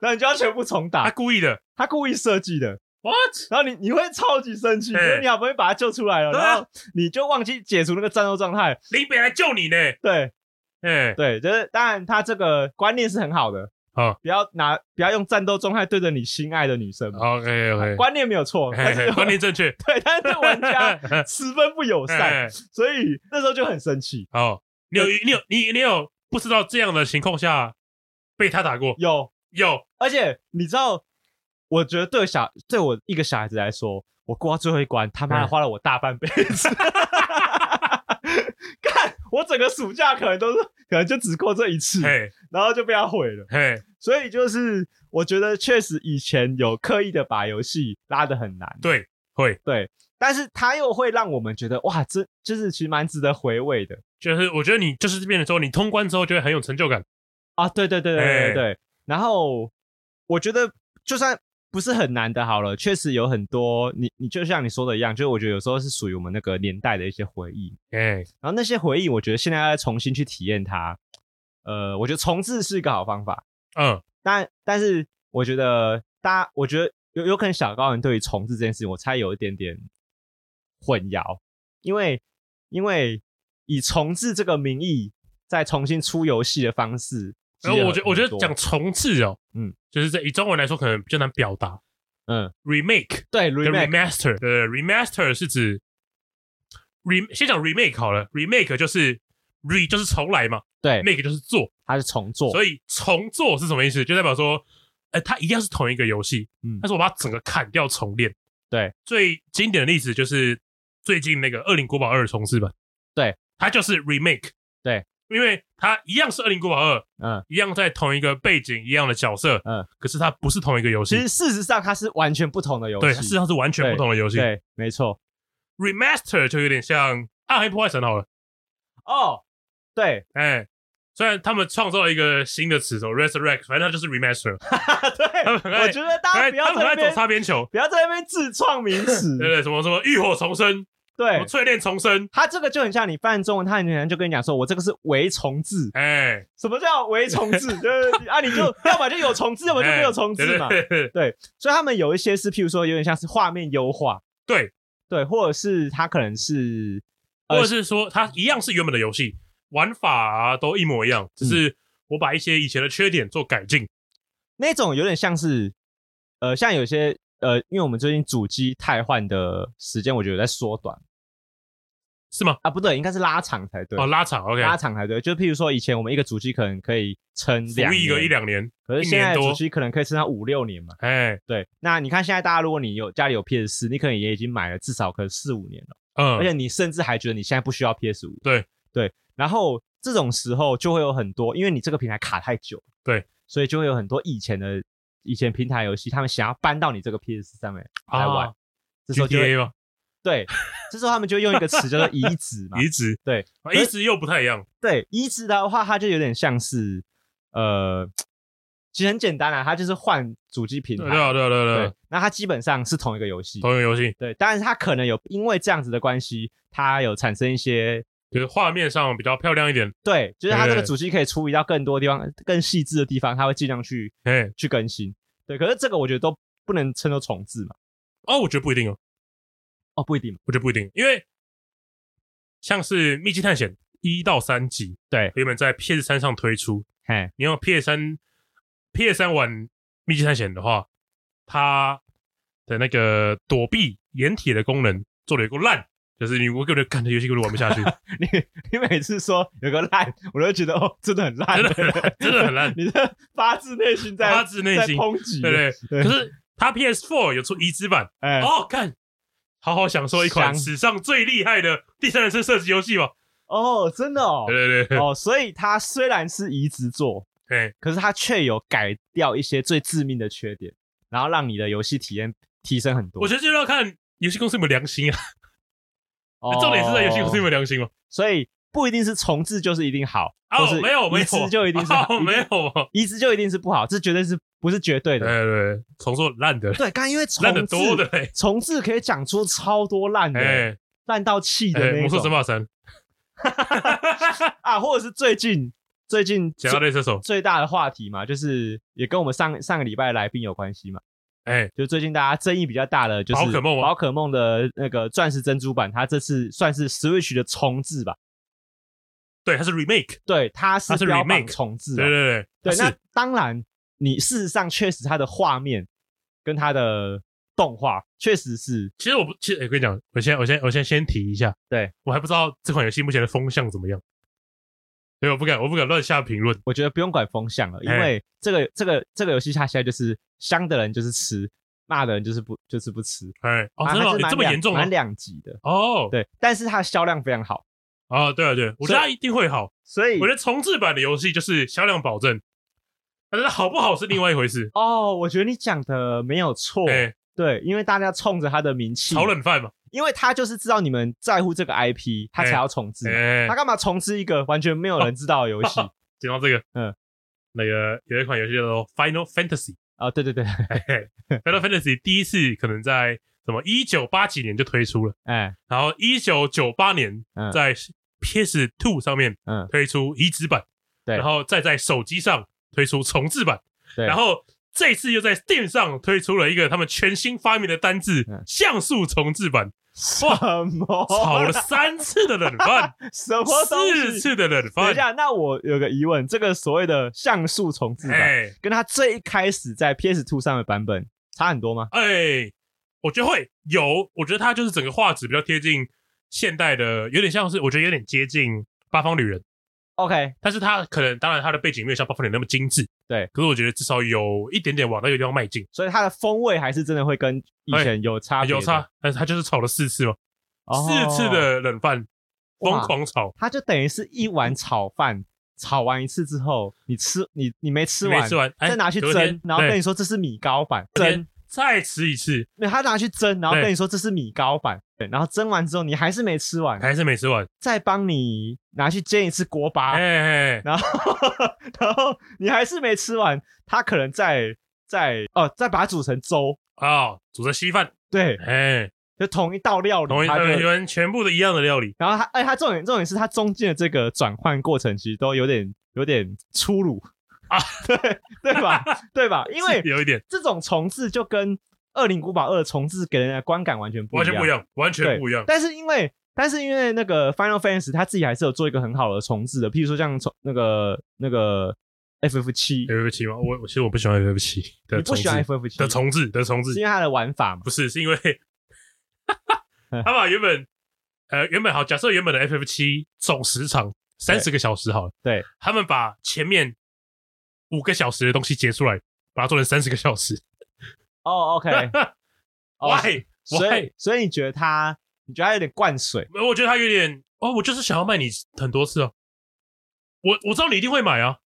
Speaker 1: 然后你就要全部重
Speaker 2: 他
Speaker 1: 打。
Speaker 2: 故意的
Speaker 1: 他故意设计的，
Speaker 2: ，what？
Speaker 1: 然后你你会超级生气，因
Speaker 2: 对
Speaker 1: 为你好不容易把他救出来了，
Speaker 2: 对啊
Speaker 1: 然后你就忘记解除那个战斗状态。
Speaker 2: 林北来救你呢，
Speaker 1: 对
Speaker 2: 哎，
Speaker 1: 对，就是当然他这个观念是很好的，
Speaker 2: 好
Speaker 1: 不要拿不要用战斗状态对着你心爱的女生嘛，
Speaker 2: ，OK OK，
Speaker 1: 观念没有错，但是
Speaker 2: 观念正确，
Speaker 1: 对，但是对玩 家十分不友善，
Speaker 2: 哎，
Speaker 1: 所以那时候就很生气。
Speaker 2: 好，哦你有你有你你有不知道这样的情况下被他打过？
Speaker 1: 有，
Speaker 2: 有，
Speaker 1: 而且你知道，我觉得对小对我一个小孩子来说，我过到最后一关，他妈的
Speaker 2: 嗯
Speaker 1: 花了我大半辈子。 看我整个暑假可能都是，可能就只过这一次，
Speaker 2: 嘿
Speaker 1: 然后就被他毁了。
Speaker 2: 嘿，
Speaker 1: 所以就是，我觉得确实以前有刻意的把游戏拉得很难，
Speaker 2: 对，会，
Speaker 1: 但是他又会让我们觉得哇，这就是其实蛮值得回味的
Speaker 2: 就是我觉得你就是这边的时候，你通关之后就会很有成就感。
Speaker 1: 啊！对对对对对
Speaker 2: 哎
Speaker 1: 对对。然后我觉得就算不是很难的，好了，确实有很多你你就像你说的一样，就是我觉得有时候是属于我们那个年代的一些回忆，
Speaker 2: 哎，
Speaker 1: 然后那些回忆，我觉得现在要再重新去体验它，呃，我觉得重置是一个好方法，
Speaker 2: 嗯，
Speaker 1: 但但是我觉得大家，我觉得有有可能小高人对于重置这件事情，我猜有一点点混淆，因为因为以重置这个名义再重新出游戏的方式，
Speaker 2: 然后我觉得我觉得讲重置
Speaker 1: 啊
Speaker 2: 哦，
Speaker 1: 嗯，
Speaker 2: 就是在以中文来说可能比较难表达
Speaker 1: 嗯，
Speaker 2: remake
Speaker 1: 对
Speaker 2: 跟
Speaker 1: remake
Speaker 2: remaster，对 remaster 是指 re 先讲 remake 好了，remake 就是 re 就是重来嘛
Speaker 1: 对，
Speaker 2: ，make 就是做，
Speaker 1: 它是重做，
Speaker 2: 所以重做是什么意思？就代表说，呃，它一样是同一个游戏，
Speaker 1: 嗯
Speaker 2: 但是我把它整个砍掉重练。
Speaker 1: 对，
Speaker 2: 最经典的例子就是最近那个《恶灵古堡二》重置版，
Speaker 1: 对，
Speaker 2: 它就是 remake，
Speaker 1: 对，
Speaker 2: 因为它一样是《恶灵古堡二》，
Speaker 1: 嗯，
Speaker 2: 一样在同一个背景，一样的角色，
Speaker 1: 嗯，
Speaker 2: 可是它不是同一个游
Speaker 1: 其
Speaker 2: 戏，
Speaker 1: 实事实上它是完全不同的游
Speaker 2: 对，它事实
Speaker 1: 戏，
Speaker 2: 上是完全不同的游戏。
Speaker 1: 对，没错，
Speaker 2: remaster 就有点像《暗黑破坏神》好了，
Speaker 1: 哦，对，
Speaker 2: 哎。虽然他们创造了一个新的词，什么 resurrect，反正它就是 remaster。他们很
Speaker 1: 对，
Speaker 2: 爱
Speaker 1: 我觉得大家不要
Speaker 2: 他们
Speaker 1: 在那
Speaker 2: 在
Speaker 1: 边
Speaker 2: 走擦边球，
Speaker 1: 不要在那边自创名词，
Speaker 2: 对对，什么什么浴火重生，什么
Speaker 1: 对，
Speaker 2: 淬炼重生，
Speaker 1: 他这个就很像你翻中文，他很像就跟你讲说，我这个是微重置。
Speaker 2: 哎，
Speaker 1: 什么叫微重 置？就是啊，你就要么就有重置，要么就没有重置嘛。
Speaker 2: 哎对对对
Speaker 1: 所以他们有一些是，譬如说有点像是画面优化，
Speaker 2: 对，
Speaker 1: 对，或者是它可能是
Speaker 2: 或
Speaker 1: 呃
Speaker 2: 者是说它一样是原本的游戏，玩法啊都一模一样，
Speaker 1: 嗯
Speaker 2: 只是我把一些以前的缺点做改进。
Speaker 1: 那种有点像是呃，像有些呃，因为我们最近主机汰换的时间，我觉得有在缩短
Speaker 2: 是吗？
Speaker 1: 啊，不对，应该是拉长才对，
Speaker 2: 哦，拉长，OK，
Speaker 1: 拉长才对。就譬如说以前我们一个主机可能可以撑
Speaker 2: 服
Speaker 1: 两
Speaker 2: 役个
Speaker 1: 年
Speaker 2: 一两年，
Speaker 1: 可是
Speaker 2: 一
Speaker 1: 现在的
Speaker 2: 年多
Speaker 1: 主机可能可以撑到五六年嘛。
Speaker 2: 哎，
Speaker 1: 对，那你看现在大家，如果你有家里有 PS 四，你可能也已经买了至少可能四五年了，而
Speaker 2: 嗯，
Speaker 1: 且你甚至还觉得你现在不需要 PS 五。
Speaker 2: 对
Speaker 1: 对，然后这种时候就会有很多，因为你这个平台卡太久了，
Speaker 2: 对，
Speaker 1: 所以就会有很多以前的以前平台游戏，他们想要搬到你这个 PS 四上面来玩，
Speaker 2: 啊
Speaker 1: 这时候就会
Speaker 2: GTA 嘛，
Speaker 1: 对，这时候他们就用一个词叫做移植嘛，
Speaker 2: 移植，
Speaker 1: 对
Speaker 2: 啊，移植又不太一样，
Speaker 1: 对，移植的话，它就有点像是呃，其实很简单啊，它就是换主机平
Speaker 2: 对
Speaker 1: 台。
Speaker 2: 啊，对啊，对啊对
Speaker 1: 对
Speaker 2: 啊，，
Speaker 1: 那它基本上是同一个游戏，
Speaker 2: 同一个游戏，
Speaker 1: 对，但是它可能有因为这样子的关系，它有产生一些
Speaker 2: 就是画面上比较漂亮一点，
Speaker 1: 对，就是它这个
Speaker 2: 对
Speaker 1: 主机可以处理到更多地方、更细致的地方，它会尽量去
Speaker 2: 哎，
Speaker 1: 去更新。对，可是这个我觉得都不能称作重置嘛。
Speaker 2: 哦，我觉得不一定哦，
Speaker 1: 哦，不一定嘛。
Speaker 2: 我觉得不一定，因为像是《秘境探险》一到三集，
Speaker 1: 对，
Speaker 2: 原本在 PS 三上推出，
Speaker 1: 嘿，
Speaker 2: 你用 PS 三 PS 三玩《秘境探险》的话，它的那个躲避掩体的功能做的有够烂，就是你我根本就看这游戏根本玩不下去，
Speaker 1: 你你每次说有个烂，我都觉得哦，真的很烂，，
Speaker 2: 真的很烂，真的很烂
Speaker 1: 你的发自内心在
Speaker 2: 发自内
Speaker 1: 在
Speaker 2: 心，
Speaker 1: 抨击，欸
Speaker 2: 对对。
Speaker 1: 对
Speaker 2: 可是它 PS Four 有出移植版，
Speaker 1: 哎，
Speaker 2: 哦，看，好好享受一款
Speaker 1: 香
Speaker 2: 史上最厉害的第三人称射击游戏吧，
Speaker 1: 哦，真的哦，
Speaker 2: 对对对，
Speaker 1: 哦，所以它虽然是移植做，
Speaker 2: 哎，
Speaker 1: 可是它却有改掉一些最致命的缺点，然后让你的游戏体验提升很多。
Speaker 2: 我觉得就要看游戏公司有没有良心啊。
Speaker 1: 哦
Speaker 2: 重点是在游戏公司有没有良心吗？
Speaker 1: 所以不一定是重置就是一定好，
Speaker 2: 哦
Speaker 1: 或是，
Speaker 2: 没有，没
Speaker 1: 移
Speaker 2: 有，
Speaker 1: 植就一定是好
Speaker 2: 哦，没，
Speaker 1: 一定
Speaker 2: 有啊。
Speaker 1: 移植就一定是不好，这绝对是不是绝对
Speaker 2: 对
Speaker 1: 的。
Speaker 2: 对对，重做烂的，
Speaker 1: 对，刚因为重
Speaker 2: 烂的
Speaker 1: 置
Speaker 2: 多的嘞。
Speaker 1: 重置可以讲出超多烂的，
Speaker 2: 哎
Speaker 1: 烂到气的
Speaker 2: 哎，
Speaker 1: 那
Speaker 2: 魔
Speaker 1: 一
Speaker 2: 术争
Speaker 1: 种
Speaker 2: 霸三，
Speaker 1: 啊，或者是最近最近
Speaker 2: 讲到
Speaker 1: 最
Speaker 2: 类射手，
Speaker 1: 最大的话题嘛，就是也跟我们上上个礼拜的来宾有关系嘛，
Speaker 2: 哎，
Speaker 1: 就最近大家争议比较大的就是
Speaker 2: 宝可梦啊
Speaker 1: 宝可梦的那个钻石珍珠版，它这次算是 Switch 的重置吧？
Speaker 2: 对，它是 remake，
Speaker 1: 对，它是
Speaker 2: 它是
Speaker 1: 标榜
Speaker 2: remake，
Speaker 1: 重置
Speaker 2: 对
Speaker 1: 啊，
Speaker 2: 对对，
Speaker 1: 对，
Speaker 2: 它
Speaker 1: 那
Speaker 2: 是
Speaker 1: 当然，你事实上确实它的画面跟它的动画确实是
Speaker 2: 其实我不，其实哎我跟你讲，我先我先我先先提一下，
Speaker 1: 对
Speaker 2: 我还不知道这款游戏目前的风向怎么样，所以我不敢我不敢乱下评论。
Speaker 1: 我觉得不用管风向了，因
Speaker 2: 哎
Speaker 1: 为这个这个这个游戏它现在就是香的人就是吃，骂的人就是不就是不吃。
Speaker 2: 哎，哦，
Speaker 1: 啊
Speaker 2: 真的
Speaker 1: 它
Speaker 2: 哦
Speaker 1: 是
Speaker 2: 你
Speaker 1: 蛮
Speaker 2: 这么
Speaker 1: 两
Speaker 2: 严重吗
Speaker 1: 蛮？两极的，
Speaker 2: 哦，
Speaker 1: 对，但是它的销量非常好，
Speaker 2: 哦，对啊，对，我觉得它一定会好。
Speaker 1: 所以
Speaker 2: 我觉得重置版的游戏就是销量保证，但是好不好是另外一回事。
Speaker 1: 哦，我觉得你讲的没有错，
Speaker 2: 哎，
Speaker 1: 对，因为大家冲着它的名气，
Speaker 2: 炒冷饭嘛，
Speaker 1: 因为他就是知道你们在乎这个 IP，他才
Speaker 2: 哎
Speaker 1: 要重置嘛，
Speaker 2: 哎
Speaker 1: 他，干嘛重置一个完全没有人知道的游 戏？
Speaker 2: 讲到这个，
Speaker 1: 嗯，
Speaker 2: 那个有一款游戏叫做《Final Fantasy
Speaker 1: 啊，对对对，》
Speaker 2: ，Final Fantasy 第一次可能在什么一九八几年就推出了，
Speaker 1: 哎，
Speaker 2: 然后一九九八年
Speaker 1: 嗯
Speaker 2: 在 PS Two 上面
Speaker 1: 嗯
Speaker 2: 推出移植版，
Speaker 1: 对
Speaker 2: 然后再在手机上推出重置版，
Speaker 1: 对
Speaker 2: 然后这次又在 Steam 上推出了一个他们全新发明的单字
Speaker 1: 嗯哦
Speaker 2: “像素重置版
Speaker 1: 什么”，
Speaker 2: 炒了三次的冷 饭，
Speaker 1: 什么东西
Speaker 2: 四次的冷
Speaker 1: 等一
Speaker 2: 饭，哎
Speaker 1: 下，那我有个疑问，这个所谓的像素重置版，
Speaker 2: 哎
Speaker 1: 跟它最一开始在 PS Two 上的版本差很多吗？
Speaker 2: 哎，我觉得会有，我觉得它就是整个画质比较贴近现代的，有点像是我觉得有点接近《八方旅人》。
Speaker 1: OK，
Speaker 2: 但是它可能，当然它的背景没有像《暴风雨》那么精致，
Speaker 1: 对。
Speaker 2: 可是我觉得至少有一点点往那个地方迈进，
Speaker 1: 所以它的风味还是真的会跟以前有差别的
Speaker 2: 哎有差，但是它就是炒了四次嘛，
Speaker 1: 哦
Speaker 2: 四次的冷饭，
Speaker 1: 哇
Speaker 2: 疯狂炒，
Speaker 1: 它就等于是一
Speaker 2: 嗯
Speaker 1: 碗炒饭，炒完一次之后，你吃你你没吃完，
Speaker 2: 没吃完，哎
Speaker 1: 再拿去
Speaker 2: 隔
Speaker 1: 蒸
Speaker 2: 天，
Speaker 1: 然后
Speaker 2: 对
Speaker 1: 跟你说这是米糕版，
Speaker 2: 隔天
Speaker 1: 蒸，
Speaker 2: 再吃一次，
Speaker 1: 没有他拿去蒸，然后
Speaker 2: 对
Speaker 1: 跟你说这是米糕版，对，然后蒸完之后你还是没吃完，
Speaker 2: 还是没吃完，
Speaker 1: 再帮你拿去煎一次锅巴，
Speaker 2: 哎哎，
Speaker 1: 然后 然后你还是没吃完，他可能再再哦再把它煮成粥，
Speaker 2: 啊，煮成稀饭，
Speaker 1: 对，
Speaker 2: 哎，
Speaker 1: 就同一道料理，
Speaker 2: 同一
Speaker 1: 他就
Speaker 2: 同一完全部的一样的料理，
Speaker 1: 然后他哎他重点重点是他中间的这个转换过程其实都有点有点粗鲁
Speaker 2: 啊，
Speaker 1: 对对吧对吧？因为
Speaker 2: 是 有一点
Speaker 1: 这种重置就跟《恶灵古堡二》重置给人的观感完全不一
Speaker 2: 完
Speaker 1: 样，
Speaker 2: 全不一样，完全
Speaker 1: 对
Speaker 2: 不一样，
Speaker 1: 但是因为但是因为那个 Final Fantasy 他自己还是有做一个很好的重置的，譬如说像重那个那个 FF 七，
Speaker 2: FF 七吗？我我其实我不喜欢 FF 七的
Speaker 1: 你不
Speaker 2: 重
Speaker 1: 喜欢
Speaker 2: 置
Speaker 1: FF 七
Speaker 2: 的重置的重置
Speaker 1: 是因为它的玩法嘛？
Speaker 2: 不是，是因为
Speaker 1: 嗯
Speaker 2: 他把原本呃原本好，假设原本的 FF 七总时长三十个小时好了，
Speaker 1: 对，
Speaker 2: 他们把前面五个小时的东西截出来，把它做成三十个小时。
Speaker 1: 哦，OK、o k 哦
Speaker 2: Why？
Speaker 1: 所
Speaker 2: Why？
Speaker 1: 以所以你觉得它，你觉得它有点灌水？
Speaker 2: 我觉得他有点哦，我就是想要卖你很多次哦。我我知道你一定会买啊，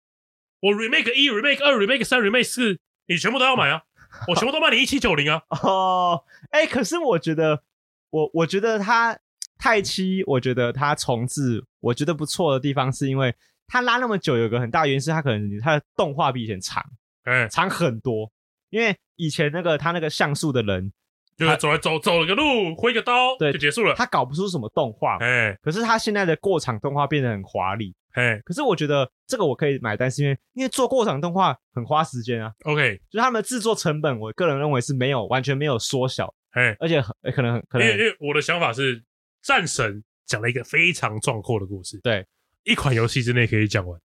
Speaker 2: 我 remake 一、remake 二、remake 三、remake 四，你全部都要买啊，我全部都卖你一七九零啊。
Speaker 1: 哦，哎，可是我觉得，我我觉得它太七，我觉得它重置，我觉得不错的地方是因为它拉那么久，有个很大原因是它可能它的动画比以前长
Speaker 2: 哎，
Speaker 1: 长很多，因为以前那个它那个像素的人，
Speaker 2: 就是走来走走了个路，挥个刀，
Speaker 1: 对
Speaker 2: 就结束了。
Speaker 1: 他搞不出什么动画，
Speaker 2: 哎
Speaker 1: 可是他现在的过场动画变得很华丽。
Speaker 2: 哎
Speaker 1: 可是我觉得这个我可以买单，是因为因为做过场动画很花时间啊，
Speaker 2: ，OK，
Speaker 1: 就是他们的制作成本，我个人认为是没有完全没有缩小，
Speaker 2: 哎，
Speaker 1: 而且很呃可能很可
Speaker 2: 因
Speaker 1: 能
Speaker 2: 为因为我的想法是，战神讲了一个非常壮阔的故事，
Speaker 1: 对，
Speaker 2: 一款游戏之内可以讲完。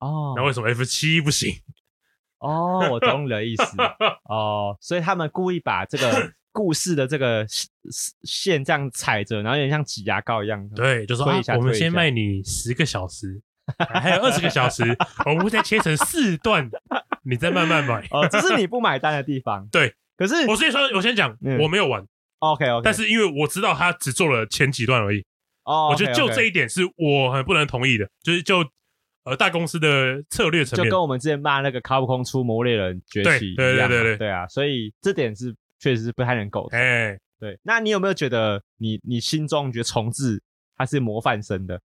Speaker 1: 哦
Speaker 2: 那为什么 F 七不行？
Speaker 1: 哦，我懂你的意思哦，所以他们故意把这 个故事的这个线这样踩着，然后有点像挤牙膏一样，
Speaker 2: 对，就说
Speaker 1: 嗯推
Speaker 2: 啊
Speaker 1: 一下，
Speaker 2: 我们
Speaker 1: 推一
Speaker 2: 先
Speaker 1: 下
Speaker 2: 卖你十个小时， 还有二十个 小时，我们会再切成四段，你再慢慢买。
Speaker 1: 哦，这是你不买单的地方。
Speaker 2: 对，
Speaker 1: 可是哦
Speaker 2: 我先说，我先讲，
Speaker 1: 嗯
Speaker 2: 我没有玩，
Speaker 1: OK OK，
Speaker 2: 但是因为我知道他只做了前几段而已，
Speaker 1: 哦，
Speaker 2: 我觉得就这
Speaker 1: OK，OK
Speaker 2: 一点是我很不能同意的，就是就呃大公司的策略层
Speaker 1: 就
Speaker 2: 面
Speaker 1: 跟，我们之前骂那个《卡普空出魔猎人崛起》一
Speaker 2: 对对
Speaker 1: 样嘛
Speaker 2: 对对对
Speaker 1: 对啊，所以这点是确实是不太能苟同。
Speaker 2: 哎，
Speaker 1: 对，那你有没有觉得你你心中觉得重置它是模范生的？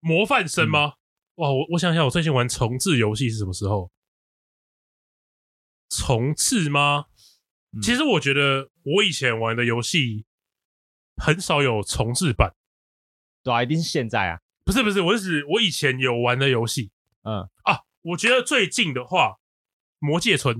Speaker 2: 模范生
Speaker 1: 嗯
Speaker 2: 吗？哇，我我想想，我最近玩重置游戏是什么时候？重置吗？
Speaker 1: 嗯
Speaker 2: 其实我觉得我以前玩的游戏很少有重置版，
Speaker 1: 对啊，一定是现在啊。
Speaker 2: 不是不是，我是指我以前有玩的游戏
Speaker 1: 嗯，
Speaker 2: 啊。我觉得最近的话，《魔界村》，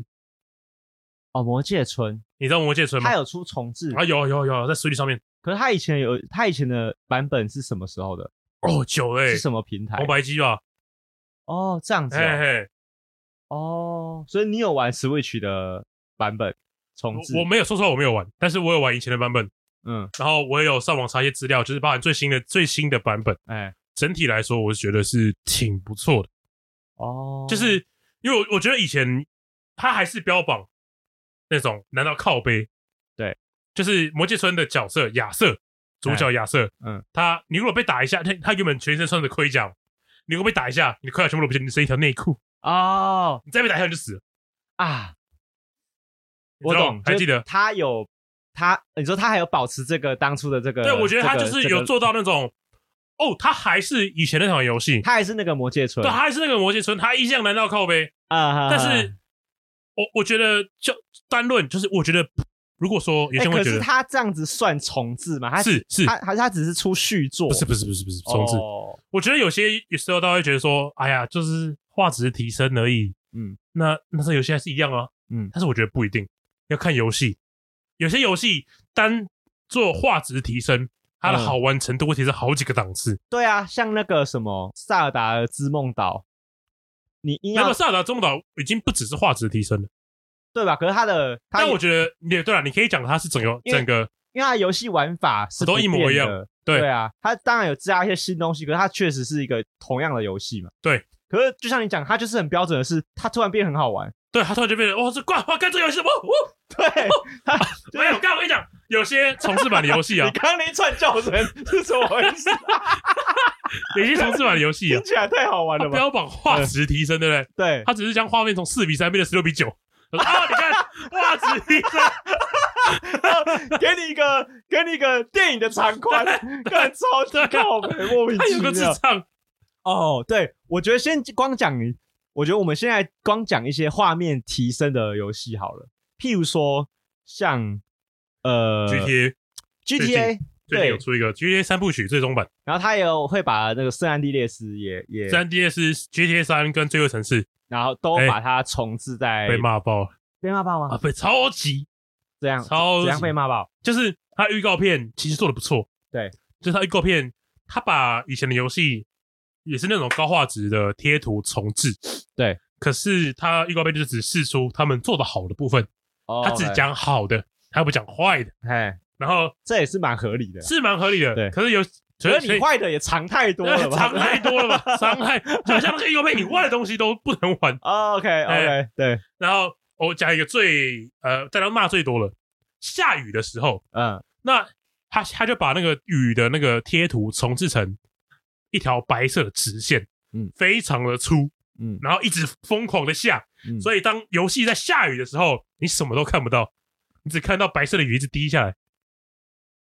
Speaker 1: 哦，《魔界村
Speaker 2: 你知道《魔界》村》
Speaker 1: 它
Speaker 2: 吗？
Speaker 1: 有出重置，
Speaker 2: 啊，有有有，在 Switch 上面
Speaker 1: 可是它以前有它以前的版本是什么时候的？
Speaker 2: 哦，久嘞、
Speaker 1: 是什么平台
Speaker 2: 红？白机吧？
Speaker 1: 哦，这样子
Speaker 2: 嘿
Speaker 1: 哦
Speaker 2: 嘿，
Speaker 1: 哦，所以你有玩 Switch 的版本重置
Speaker 2: 我？我没有，说实话我没有玩，但是我有玩以前的版本，
Speaker 1: 嗯，
Speaker 2: 然后我也有上网查一些资料，就是包含最新的最新的版本。
Speaker 1: 哎，
Speaker 2: 整体来说，我是觉得是挺不错的。
Speaker 1: 哦，
Speaker 2: 就是因为我我觉得以前他还是标榜那种难道靠背，
Speaker 1: 对，
Speaker 2: 就是魔界村的角色亚瑟，主角亚瑟，
Speaker 1: 嗯，
Speaker 2: 他你如果被打一下，他他原本全身穿着盔甲，你如果被打一下，你盔甲全部都不见，你剩一条内裤，
Speaker 1: 哦
Speaker 2: 你再被打一下你就死了。
Speaker 1: 啊，
Speaker 2: 你
Speaker 1: 我
Speaker 2: 知道
Speaker 1: 懂，
Speaker 2: 还
Speaker 1: 就
Speaker 2: 记得？
Speaker 1: 他有他，你说他还有保持这个当初的这个，
Speaker 2: 对，我觉得他
Speaker 1: 这
Speaker 2: 就
Speaker 1: 个这
Speaker 2: 是有
Speaker 1: 个
Speaker 2: 做到那种，哦，他还是以前那场游戏，
Speaker 1: 他还是那个魔界村
Speaker 2: 对，他还是那个魔界村，他一向难道靠背，
Speaker 1: 啊，
Speaker 2: 但是我我觉得就单论就是，我觉得如果说有
Speaker 1: 哎
Speaker 2: 些人
Speaker 1: 可
Speaker 2: 会觉
Speaker 1: 是
Speaker 2: 得
Speaker 1: 他这样子算重置嘛？他
Speaker 2: 是是
Speaker 1: 他还是他只是出续作？
Speaker 2: 不是不是不是不是重置，
Speaker 1: 哦
Speaker 2: 我觉得有些有时候大家会觉得说，哎呀，就是画质提升而已。
Speaker 1: 嗯，
Speaker 2: 那那这游戏还是一样啊。
Speaker 1: 嗯
Speaker 2: 但是我觉得不一定要看游戏，有些游戏单做画质提升，它的
Speaker 1: 嗯
Speaker 2: 好玩程度会提升好几个档次。
Speaker 1: 对啊，像那个什么《萨尔达的之梦岛》，你硬
Speaker 2: 那
Speaker 1: 要
Speaker 2: 么《萨尔达中岛》已经不只是画质提升了，
Speaker 1: 对吧？可是他的，他
Speaker 2: 但我觉得也对了，你可以讲它是整个
Speaker 1: 因为
Speaker 2: 整个
Speaker 1: 因为他的游戏玩法是
Speaker 2: 都一模
Speaker 1: 不变
Speaker 2: 一样
Speaker 1: 的
Speaker 2: 对
Speaker 1: 对啊，他当然有加一些新东西，可是他确实是一个同样的游戏嘛。
Speaker 2: 对，
Speaker 1: 可是就像你讲，他就是很标准的是，他突然变很好玩。
Speaker 2: 对它突然就变成哇，哦这怪哇，干这个游戏，哇哇，
Speaker 1: 对，
Speaker 2: 啊
Speaker 1: 他
Speaker 2: 哦没有，我刚我跟你讲，有些重置版的游戏
Speaker 1: 你
Speaker 2: 啊，
Speaker 1: 刚刚那一串叫 声是怎么回事？
Speaker 2: 有些重置版的游戏啊
Speaker 1: 听，起来太好玩
Speaker 2: 它
Speaker 1: 了吧？嗯
Speaker 2: 标榜画质提升，对不对？
Speaker 1: 对，
Speaker 2: 他只是将画面从四比三变成十六比九。他说啊，你看画质提升，
Speaker 1: 给你一个给你一个电影的长宽，干超级靠北，莫名
Speaker 2: 他
Speaker 1: 其
Speaker 2: 有个智
Speaker 1: 妙。嗯
Speaker 2: 障，
Speaker 1: 哦，对，我觉得先光讲，我觉得我们现在光讲一些画面提升的游戏好了，譬如说像呃
Speaker 2: GTA 近
Speaker 1: GTA
Speaker 2: 最近
Speaker 1: 对
Speaker 2: 有，出一个 GTA 三部曲最终版，
Speaker 1: 然后他也有会把那个圣安地列斯也也，
Speaker 2: 三 D S GTA 三跟罪恶城市
Speaker 1: 然后都
Speaker 2: 哎
Speaker 1: 把它重置在
Speaker 2: 被骂爆了
Speaker 1: 被骂爆
Speaker 2: 啊，
Speaker 1: 吗？
Speaker 2: 被超级
Speaker 1: 这样
Speaker 2: 超
Speaker 1: 怎
Speaker 2: 级
Speaker 1: 样被骂爆？
Speaker 2: 就是他预告片其实做的不错，
Speaker 1: 对，
Speaker 2: 就是他预告片他把以前的游戏也是那种高画质的贴图重置，
Speaker 1: 对，
Speaker 2: 可是他预告片就是只试出他们做的好的部分，
Speaker 1: 哦
Speaker 2: 他只
Speaker 1: 嘿
Speaker 2: 讲好的，他不讲坏的，
Speaker 1: 嘿，
Speaker 2: 然后
Speaker 1: 这也是蛮合理的啦。
Speaker 2: 是蛮合理的。
Speaker 1: 对
Speaker 2: 可是有，
Speaker 1: 可
Speaker 2: 所
Speaker 1: 是你
Speaker 2: 以
Speaker 1: 坏的也藏太多了吧？
Speaker 2: 伤 害多了吧？伤害就好像那个优配，你坏的东西都不能玩。
Speaker 1: OK OK，对，
Speaker 2: 哎然后我讲一个最呃，大家骂最多了，下雨的时候，
Speaker 1: 嗯，
Speaker 2: 那他他就把那个雨的那个贴图重置成一条白色的直线，
Speaker 1: 嗯
Speaker 2: 非常的粗，
Speaker 1: 嗯
Speaker 2: 然后一直疯狂的下，
Speaker 1: 嗯
Speaker 2: 所以当游戏在下雨的时候，你什么都看不到，你只看到白色的雨一直滴下来。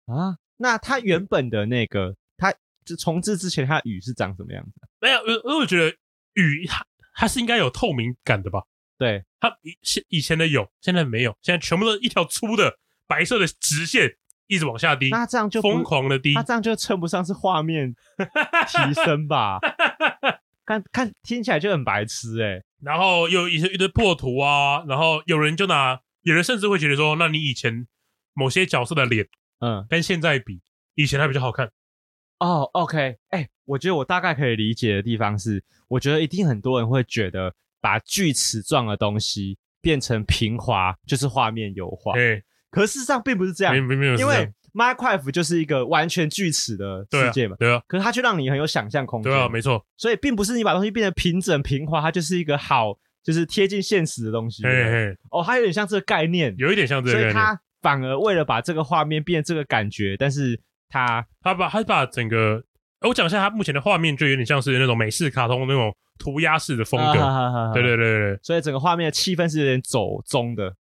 Speaker 1: 啊，那它原本的那个，它就重置之前，它的雨是长什么样子？
Speaker 2: 没有，呃我觉得雨它它是应该有透明感的吧。
Speaker 1: 对，
Speaker 2: 它以现以前的有，现在没有，现在全部都是一条粗的白色的直线一直往下滴，
Speaker 1: 那这样就不
Speaker 2: 疯，狂的滴
Speaker 1: 那。这样就称不上是画面提升 吧？看看听起来就很白痴哎、
Speaker 2: 然后又一些一堆破图啊，然后有人就拿，有人甚至会觉得说，那你以前某些角色的脸
Speaker 1: 嗯，
Speaker 2: 跟现在比，以前还比较好看。
Speaker 1: 哦、o k 哎、我觉得我大概可以理解的地方是，我觉得一定很多人会觉得把锯齿状的东西变成平滑就是画面优化，
Speaker 2: 哎，
Speaker 1: 可事实上并不是这样
Speaker 2: 没，没没有是
Speaker 1: 因
Speaker 2: 这样，
Speaker 1: 为 Minecraft 就是一个完全锯齿的
Speaker 2: 对
Speaker 1: 世
Speaker 2: 啊
Speaker 1: 界嘛，
Speaker 2: 对啊，
Speaker 1: 可是它却让你很有想象空间，
Speaker 2: 对啊，没错。
Speaker 1: 所以并不是你把东西变得平整平滑，它就是一个好，就是贴近现实的东西。
Speaker 2: 哎哎，
Speaker 1: 哦，它有点像这个概念，
Speaker 2: 有一点像这个
Speaker 1: 所
Speaker 2: 概
Speaker 1: 以
Speaker 2: 念。
Speaker 1: 它反而为了把这个画面变这个感觉，但是它
Speaker 2: 他把他把整个，呃我讲一下他目前的画面，就有点像是那种美式卡通那种涂鸦式的风
Speaker 1: 啊
Speaker 2: 格。
Speaker 1: 格
Speaker 2: 对，对对对对，
Speaker 1: 所以整个画面的气氛是有点走中的，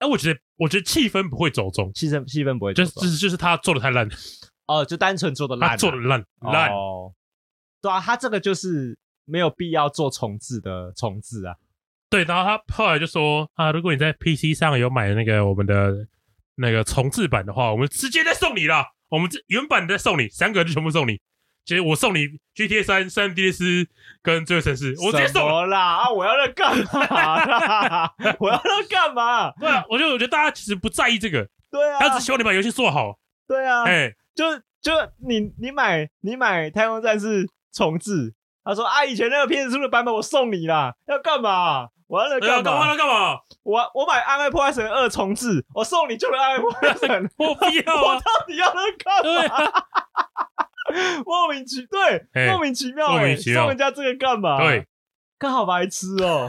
Speaker 2: 哎，我觉得我觉得气氛不会走中，
Speaker 1: 气氛气氛不会走
Speaker 2: 就
Speaker 1: 中
Speaker 2: 是就是就是他做的太烂，
Speaker 1: 哦，就单纯做的烂啊、
Speaker 2: 他做的烂烂，
Speaker 1: 哦，对啊，它这个就是没有必要做重置的重置啊，
Speaker 2: 对，然后他后来就说啊，如果你在 PC 上有买那个我们的那个重置版的话，我们直接再送你啦，我们这原版的再送你三个就全部送你，其实我送你 GTA 三、三 DS 跟罪恶城市，我直接
Speaker 1: 什
Speaker 2: 送了。
Speaker 1: 么啦啊！我要那干嘛啦？ 我要那干嘛？
Speaker 2: 对啊，我就我觉得大家其实不在意这个，
Speaker 1: 对啊，
Speaker 2: 他只希望你把游戏做好。
Speaker 1: 对啊，
Speaker 2: 哎，
Speaker 1: 就就你你买你买太空战士重置，他说啊，以前那个片子出的版本我送你啦，要干嘛？我要那
Speaker 2: 对啊
Speaker 1: 干
Speaker 2: 干嘛
Speaker 1: 嘛？
Speaker 2: 呢？干嘛？
Speaker 1: 我我买《暗黑破坏神二》重置，我送你就能《暗黑破坏 神
Speaker 2: 我不》，要
Speaker 1: 我
Speaker 2: 啊！
Speaker 1: 到底要那干
Speaker 2: 对
Speaker 1: 嘛？
Speaker 2: 啊
Speaker 1: 莫名其对
Speaker 2: 哎
Speaker 1: 莫名其妙
Speaker 2: 莫
Speaker 1: 哎、
Speaker 2: 名其妙
Speaker 1: 送人家这个干嘛？
Speaker 2: 对，，
Speaker 1: 刚好白痴哦、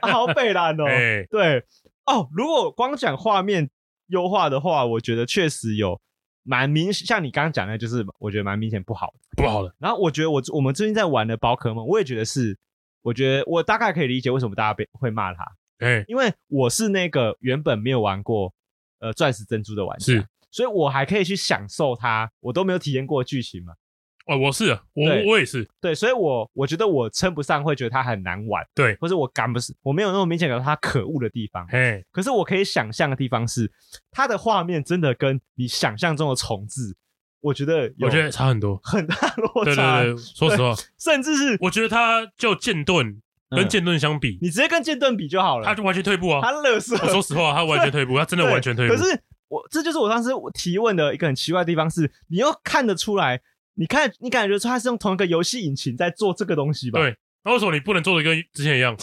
Speaker 1: 啊好北蓝哦、
Speaker 2: 哎，
Speaker 1: 对哦，如果光讲画面优化的话，我觉得确实有蛮明，像你刚刚讲的，就是我觉得蛮明显不好的。
Speaker 2: 不好了，
Speaker 1: 然后我觉得我我们最近在玩的宝可梦，我也觉得是，我觉得我大概可以理解为什么大家被会骂他，
Speaker 2: 哎，
Speaker 1: 因为我是那个原本没有玩过呃钻石珍珠的玩家，
Speaker 2: 是
Speaker 1: 所以我还可以去享受它，我都没有体验过剧情嘛。
Speaker 2: 哦，我是我
Speaker 1: 对
Speaker 2: 我也是，
Speaker 1: 对，所以我我觉得我称不上会觉得它很难玩，
Speaker 2: 对
Speaker 1: 或者我赶不是，我没有那么明显感到它可恶的地方。
Speaker 2: 嘿，
Speaker 1: 可是我可以想象的地方是，它的画面真的跟你想象中的重置，我觉得有
Speaker 2: 我觉得差很多。
Speaker 1: 很大落
Speaker 2: 对对
Speaker 1: 差，
Speaker 2: 对，说实话，
Speaker 1: 甚至是
Speaker 2: 我觉得他就剑盾跟
Speaker 1: 嗯
Speaker 2: 剑盾相比，
Speaker 1: 你直接跟剑盾比就好了，
Speaker 2: 他就完全退步啊。
Speaker 1: 他乐色，
Speaker 2: 我说实话，他完全退步，他真的
Speaker 1: 对
Speaker 2: 完全退步
Speaker 1: 可。是我这就是我当时我提问的一个很奇怪的地方是，你又看得出来，你看你感觉出他是用同一个游戏引擎在做这个东西吧？
Speaker 2: 对那为什么你不能做的跟之前 一样？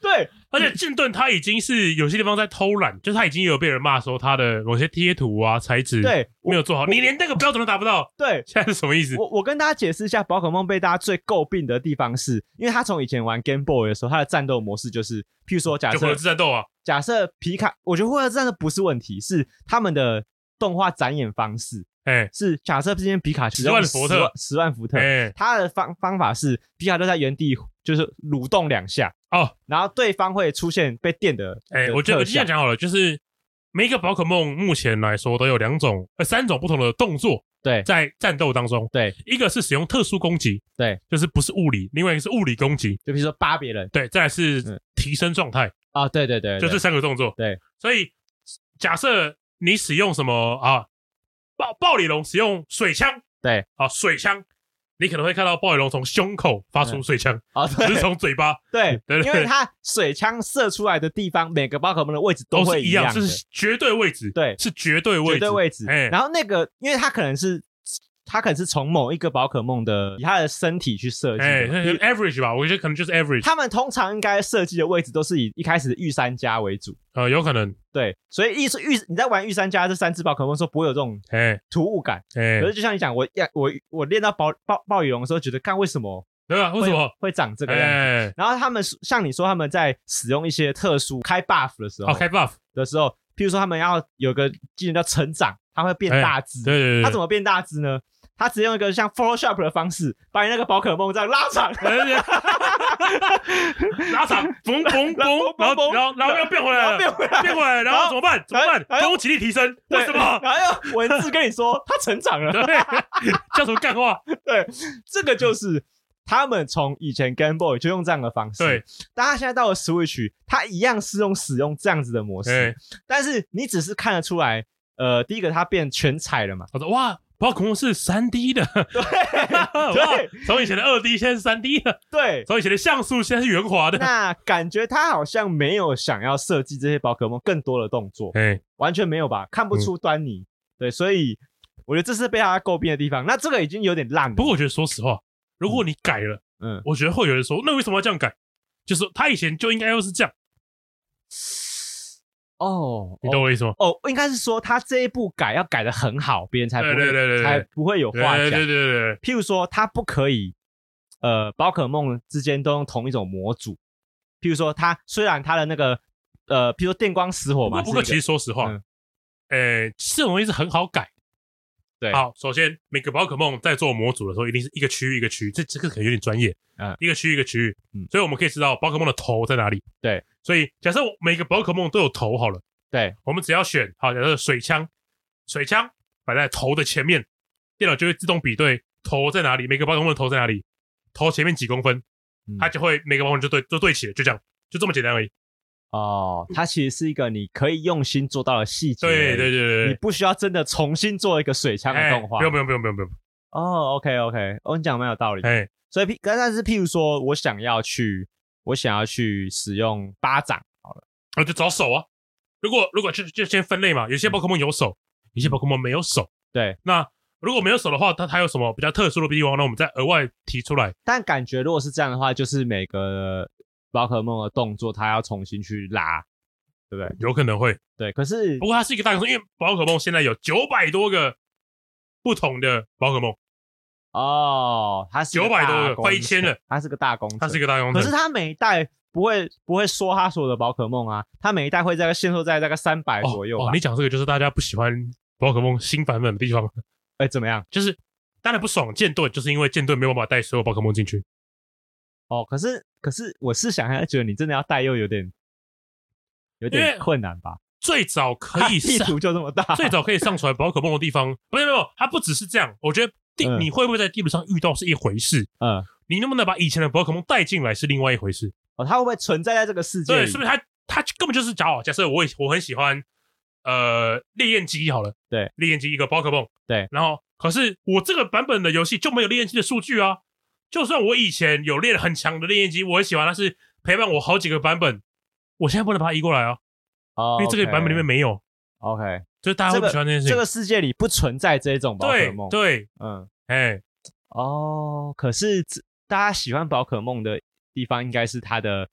Speaker 1: 对
Speaker 2: 而且剑盾他已经是有些地方在偷懒，就是他已经有被人骂说他的某些贴图啊、材质
Speaker 1: 对
Speaker 2: 没有做好，你连那个标准都达不到，
Speaker 1: 对，
Speaker 2: 现在是什么意思？
Speaker 1: 我我跟大家解释一下，宝可梦被大家最诟病的地方是，因为他从以前玩 Game Boy 的时候，他的战斗模式就是，譬如说假
Speaker 2: 就
Speaker 1: 设
Speaker 2: 回合制战斗啊，
Speaker 1: 假设皮卡，我觉得或者战斗不是问题，是他们的动画展演方式
Speaker 2: 哎
Speaker 1: 是假设今天皮卡丘
Speaker 2: 10万
Speaker 1: 用
Speaker 2: 伏
Speaker 1: 10
Speaker 2: 特
Speaker 1: 万十万伏特，
Speaker 2: 哎
Speaker 1: 他的方方法是皮卡丘在原地就是蠕动两下，
Speaker 2: 哦
Speaker 1: 然后对方会出现被电的。
Speaker 2: 哎，
Speaker 1: 的
Speaker 2: 我觉得
Speaker 1: 特
Speaker 2: 我就这
Speaker 1: 效
Speaker 2: 样讲好了，就是每一个宝可梦目前来说都有两种呃三种不同的动作
Speaker 1: 对
Speaker 2: 在战斗当中，
Speaker 1: 对，
Speaker 2: 一个是使用特殊攻击，
Speaker 1: 对，
Speaker 2: 就是不是物理，另外一个是物理攻击，
Speaker 1: 就比如说扒别人
Speaker 2: 对，再来
Speaker 1: 嗯
Speaker 2: 是提升状态，
Speaker 1: 啊，对对对，
Speaker 2: 就
Speaker 1: 对
Speaker 2: 这三个动作。
Speaker 1: 对，
Speaker 2: 所以假设你使用什么啊，暴暴鲤龙使用水枪，
Speaker 1: 对，
Speaker 2: 啊，水枪，你可能会看到暴鲤龙从胸口发出水枪，
Speaker 1: 啊
Speaker 2: 不是
Speaker 1: 对
Speaker 2: 从嘴 巴，
Speaker 1: 对
Speaker 2: 对对
Speaker 1: 因为它水枪射出来的地方，每个宝可梦的位置
Speaker 2: 都
Speaker 1: 会
Speaker 2: 是一
Speaker 1: 样
Speaker 2: 样，
Speaker 1: 的，
Speaker 2: 这是绝对位置，
Speaker 1: 对
Speaker 2: 是绝对位
Speaker 1: 绝
Speaker 2: 置，
Speaker 1: 对位置。
Speaker 2: 哎
Speaker 1: 然后那个，因为它可能是它可能是从某一个宝可梦的以它的身体去设计
Speaker 2: 哎，
Speaker 1: 的嘛。
Speaker 2: 那就 average 吧，我觉得可能就是 average，
Speaker 1: 他们通常应该设计的位置都是以一开始的御三家为主，
Speaker 2: 呃，有可能，
Speaker 1: 对，所以御御你在玩御三家这三只宝可梦的时候不会有这种
Speaker 2: 哎
Speaker 1: 突兀感。
Speaker 2: 哎
Speaker 1: 可，是就像你讲，我呀我我练到暴暴暴雨龙的时候，觉得看为什么
Speaker 2: 对吧？为什么？
Speaker 1: 会长这个样子。
Speaker 2: 哎，
Speaker 1: 然后他们像你说，他们在使用一些特殊开 buff 的时候
Speaker 2: 好开 buff，
Speaker 1: 的时候，譬如说他们要有个技能叫成长，它会变
Speaker 2: 哎
Speaker 1: 大只。
Speaker 2: 对对对，
Speaker 1: 它怎
Speaker 2: 么？
Speaker 1: 么变大只呢？它只用一个像 Photoshop 的方式，把你那个宝可梦这样拉长，
Speaker 2: 对对对 拉长，嘣嘣嘣，
Speaker 1: 然
Speaker 2: 然
Speaker 1: 后
Speaker 2: 后
Speaker 1: 嘣嘣
Speaker 2: 然后然后又变回 来
Speaker 1: 然
Speaker 2: 了
Speaker 1: 后，变回来，
Speaker 2: 变回来，然后
Speaker 1: 然后
Speaker 2: 怎么办？怎么办？
Speaker 1: 然后
Speaker 2: 攻击力提升，为
Speaker 1: 哎对
Speaker 2: 什 么？
Speaker 1: 然后用文字跟你说它成长了。
Speaker 2: 对， 叫什么干话？
Speaker 1: 这个就是他们从以前 Game Boy 就用这样的方式，
Speaker 2: 对，
Speaker 1: 但他现在到了 Switch，它一样是用使用这样子的模式，
Speaker 2: 哎，
Speaker 1: 但是你只是看得出来，呃，第一个它变全彩了嘛，
Speaker 2: 我说哇，宝可梦是三 D 的， 哇
Speaker 1: 对，
Speaker 2: 从以前的二 D 现在是三 D 的，
Speaker 1: 对，
Speaker 2: 从以前的像素现在是圆滑的，
Speaker 1: 那感觉他好像没有想要设计这些宝可梦更多的动作，
Speaker 2: 哎，
Speaker 1: 完全没有吧，看不
Speaker 2: 嗯
Speaker 1: 出端倪。对，所以我觉得这是被他诟病的地方。那这个已经有点烂了。
Speaker 2: 不过我觉得说实话，如果你改了，
Speaker 1: 嗯，
Speaker 2: 我觉得会有人说，那为什么要这样改？就是说他以前就应该要是这样，
Speaker 1: 哦，
Speaker 2: 你懂我意思吗？
Speaker 1: 哦，应该是说他这一步改要改的很好，别人才不会
Speaker 2: 对对对对对
Speaker 1: 才不会有
Speaker 2: 对
Speaker 1: 话
Speaker 2: 对
Speaker 1: 讲
Speaker 2: 对。对对，
Speaker 1: 譬如说，他不可以，呃，宝可梦之间都用同一种模组。譬如说，他虽然他的那个，呃，譬如说电光石火
Speaker 2: 不
Speaker 1: 嘛，
Speaker 2: 过不过
Speaker 1: 是
Speaker 2: 其
Speaker 1: 一个
Speaker 2: 实说实话
Speaker 1: 嗯，
Speaker 2: 哎，这种东西是很好改。
Speaker 1: 对
Speaker 2: 好，首先每个宝可梦在做模组的时候，一定是一个区域一个区域，这这个可能有点专业，
Speaker 1: 嗯
Speaker 2: 一个区域一个区域，
Speaker 1: 嗯
Speaker 2: 所以我们可以知道宝可梦的头在哪里。
Speaker 1: 对，
Speaker 2: 所以假设我每个宝可梦都有头好了，
Speaker 1: 对
Speaker 2: 我们只要选好，假设水枪，水枪摆在头的前面，电脑就会自动比对头在哪里，每个宝可梦的头在哪里，头前面几公分，
Speaker 1: 嗯
Speaker 2: 它就会每个宝可梦就对就对齐了，就这样，就这么简单而已。
Speaker 1: 哦，它其实是一个你可以用心做到的细节而已。
Speaker 2: 对对对哎
Speaker 1: 你
Speaker 2: 对
Speaker 1: 不需要真的重新做一个水
Speaker 2: 对，
Speaker 1: 枪的动画。
Speaker 2: 不用不用不用不用不用，
Speaker 1: 哦，OK OK，哦，你讲得蛮有道理。
Speaker 2: 哎，
Speaker 1: 所以譬，但但是譬如说我想要去，我想要去使用巴掌，
Speaker 2: 然后就找手啊。如果如果就就先分类嘛，有些宝可梦有手，有些宝可梦没有手。
Speaker 1: 嗯对，
Speaker 2: 那如果没有手的话，它它有什么比较特殊的地方？那我们再额外提出来。
Speaker 1: 但感觉如果是这样的话，就是每个宝可梦的动作它要重新去拉，对不对？
Speaker 2: 有可能会。
Speaker 1: 对，可是
Speaker 2: 不过它是一个大公司，因为宝可梦现在有九百多个不同的宝可梦，
Speaker 1: 哦，它是
Speaker 2: 900多个
Speaker 1: 个大工程
Speaker 2: 快1000了，
Speaker 1: 它是个大工程，
Speaker 2: 它是一个大公
Speaker 1: 嗯可是
Speaker 2: 司。哦
Speaker 1: 它每一代不会不会说它所有的宝可梦啊，它每一代会在限缩在大概三百
Speaker 2: 哦
Speaker 1: 左右吧。
Speaker 2: 哦，你讲这个就是大家不喜欢宝可梦新版本的地方，
Speaker 1: 哎、怎么样？
Speaker 2: 就是当然不爽剑盾，就是因为剑盾没有办法带所有宝可梦进去。
Speaker 1: 哦，可是可是我是想要觉得你真的要带又有点有
Speaker 2: 因为
Speaker 1: 点困难吧？
Speaker 2: 最早可以
Speaker 1: 地
Speaker 2: 上
Speaker 1: 图就这么大，
Speaker 2: 最早可以上传宝可梦的地方，没有没有，它不只是这样。我觉得地、
Speaker 1: 嗯
Speaker 2: 你会不会在地图上遇到是一回事，
Speaker 1: 嗯，
Speaker 2: 你能不能把以前的宝可梦带进来是另外一回事。
Speaker 1: 哦，它会不会存在在这个世界里？
Speaker 2: 对，是不是他他根本就是假好？假设我也我很喜欢呃烈焰机好了，
Speaker 1: 对，
Speaker 2: 烈焰机一个宝可梦，
Speaker 1: 对，
Speaker 2: 然后可是我这个版本的游戏就没有烈焰机的数据啊。就算我以前有练很强的烈焰机，我很喜欢，但是陪伴我好几个版本，我现在不能把它移过来啊，
Speaker 1: 哦
Speaker 2: 因为这个版本里面没有，
Speaker 1: ，OK，
Speaker 2: 就是大家会
Speaker 1: 这
Speaker 2: 不喜欢这件
Speaker 1: 个
Speaker 2: 事情。
Speaker 1: 这个世界里不存在这种宝可梦。
Speaker 2: 对，对，
Speaker 1: 嗯，
Speaker 2: 哎，
Speaker 1: 哦，可是这大家喜欢宝可梦的地方，应该是它的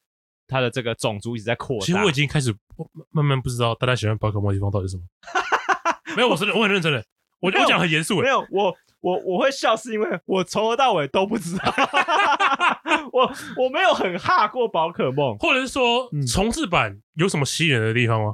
Speaker 1: 它的这个种族一直在扩大。
Speaker 2: 其实我已经开始不慢慢不知道大家喜欢宝可梦的地方 到底是什么。没有，我真的我很认真的，我
Speaker 1: 没有
Speaker 2: 我讲得很严肃欸
Speaker 1: 没
Speaker 2: 的，
Speaker 1: 有，我我我会笑是因为我从头到尾都不知道， 我我没有很哈过宝可梦。
Speaker 2: 或者是说
Speaker 1: 嗯
Speaker 2: 重置版有什么吸引人的地方吗？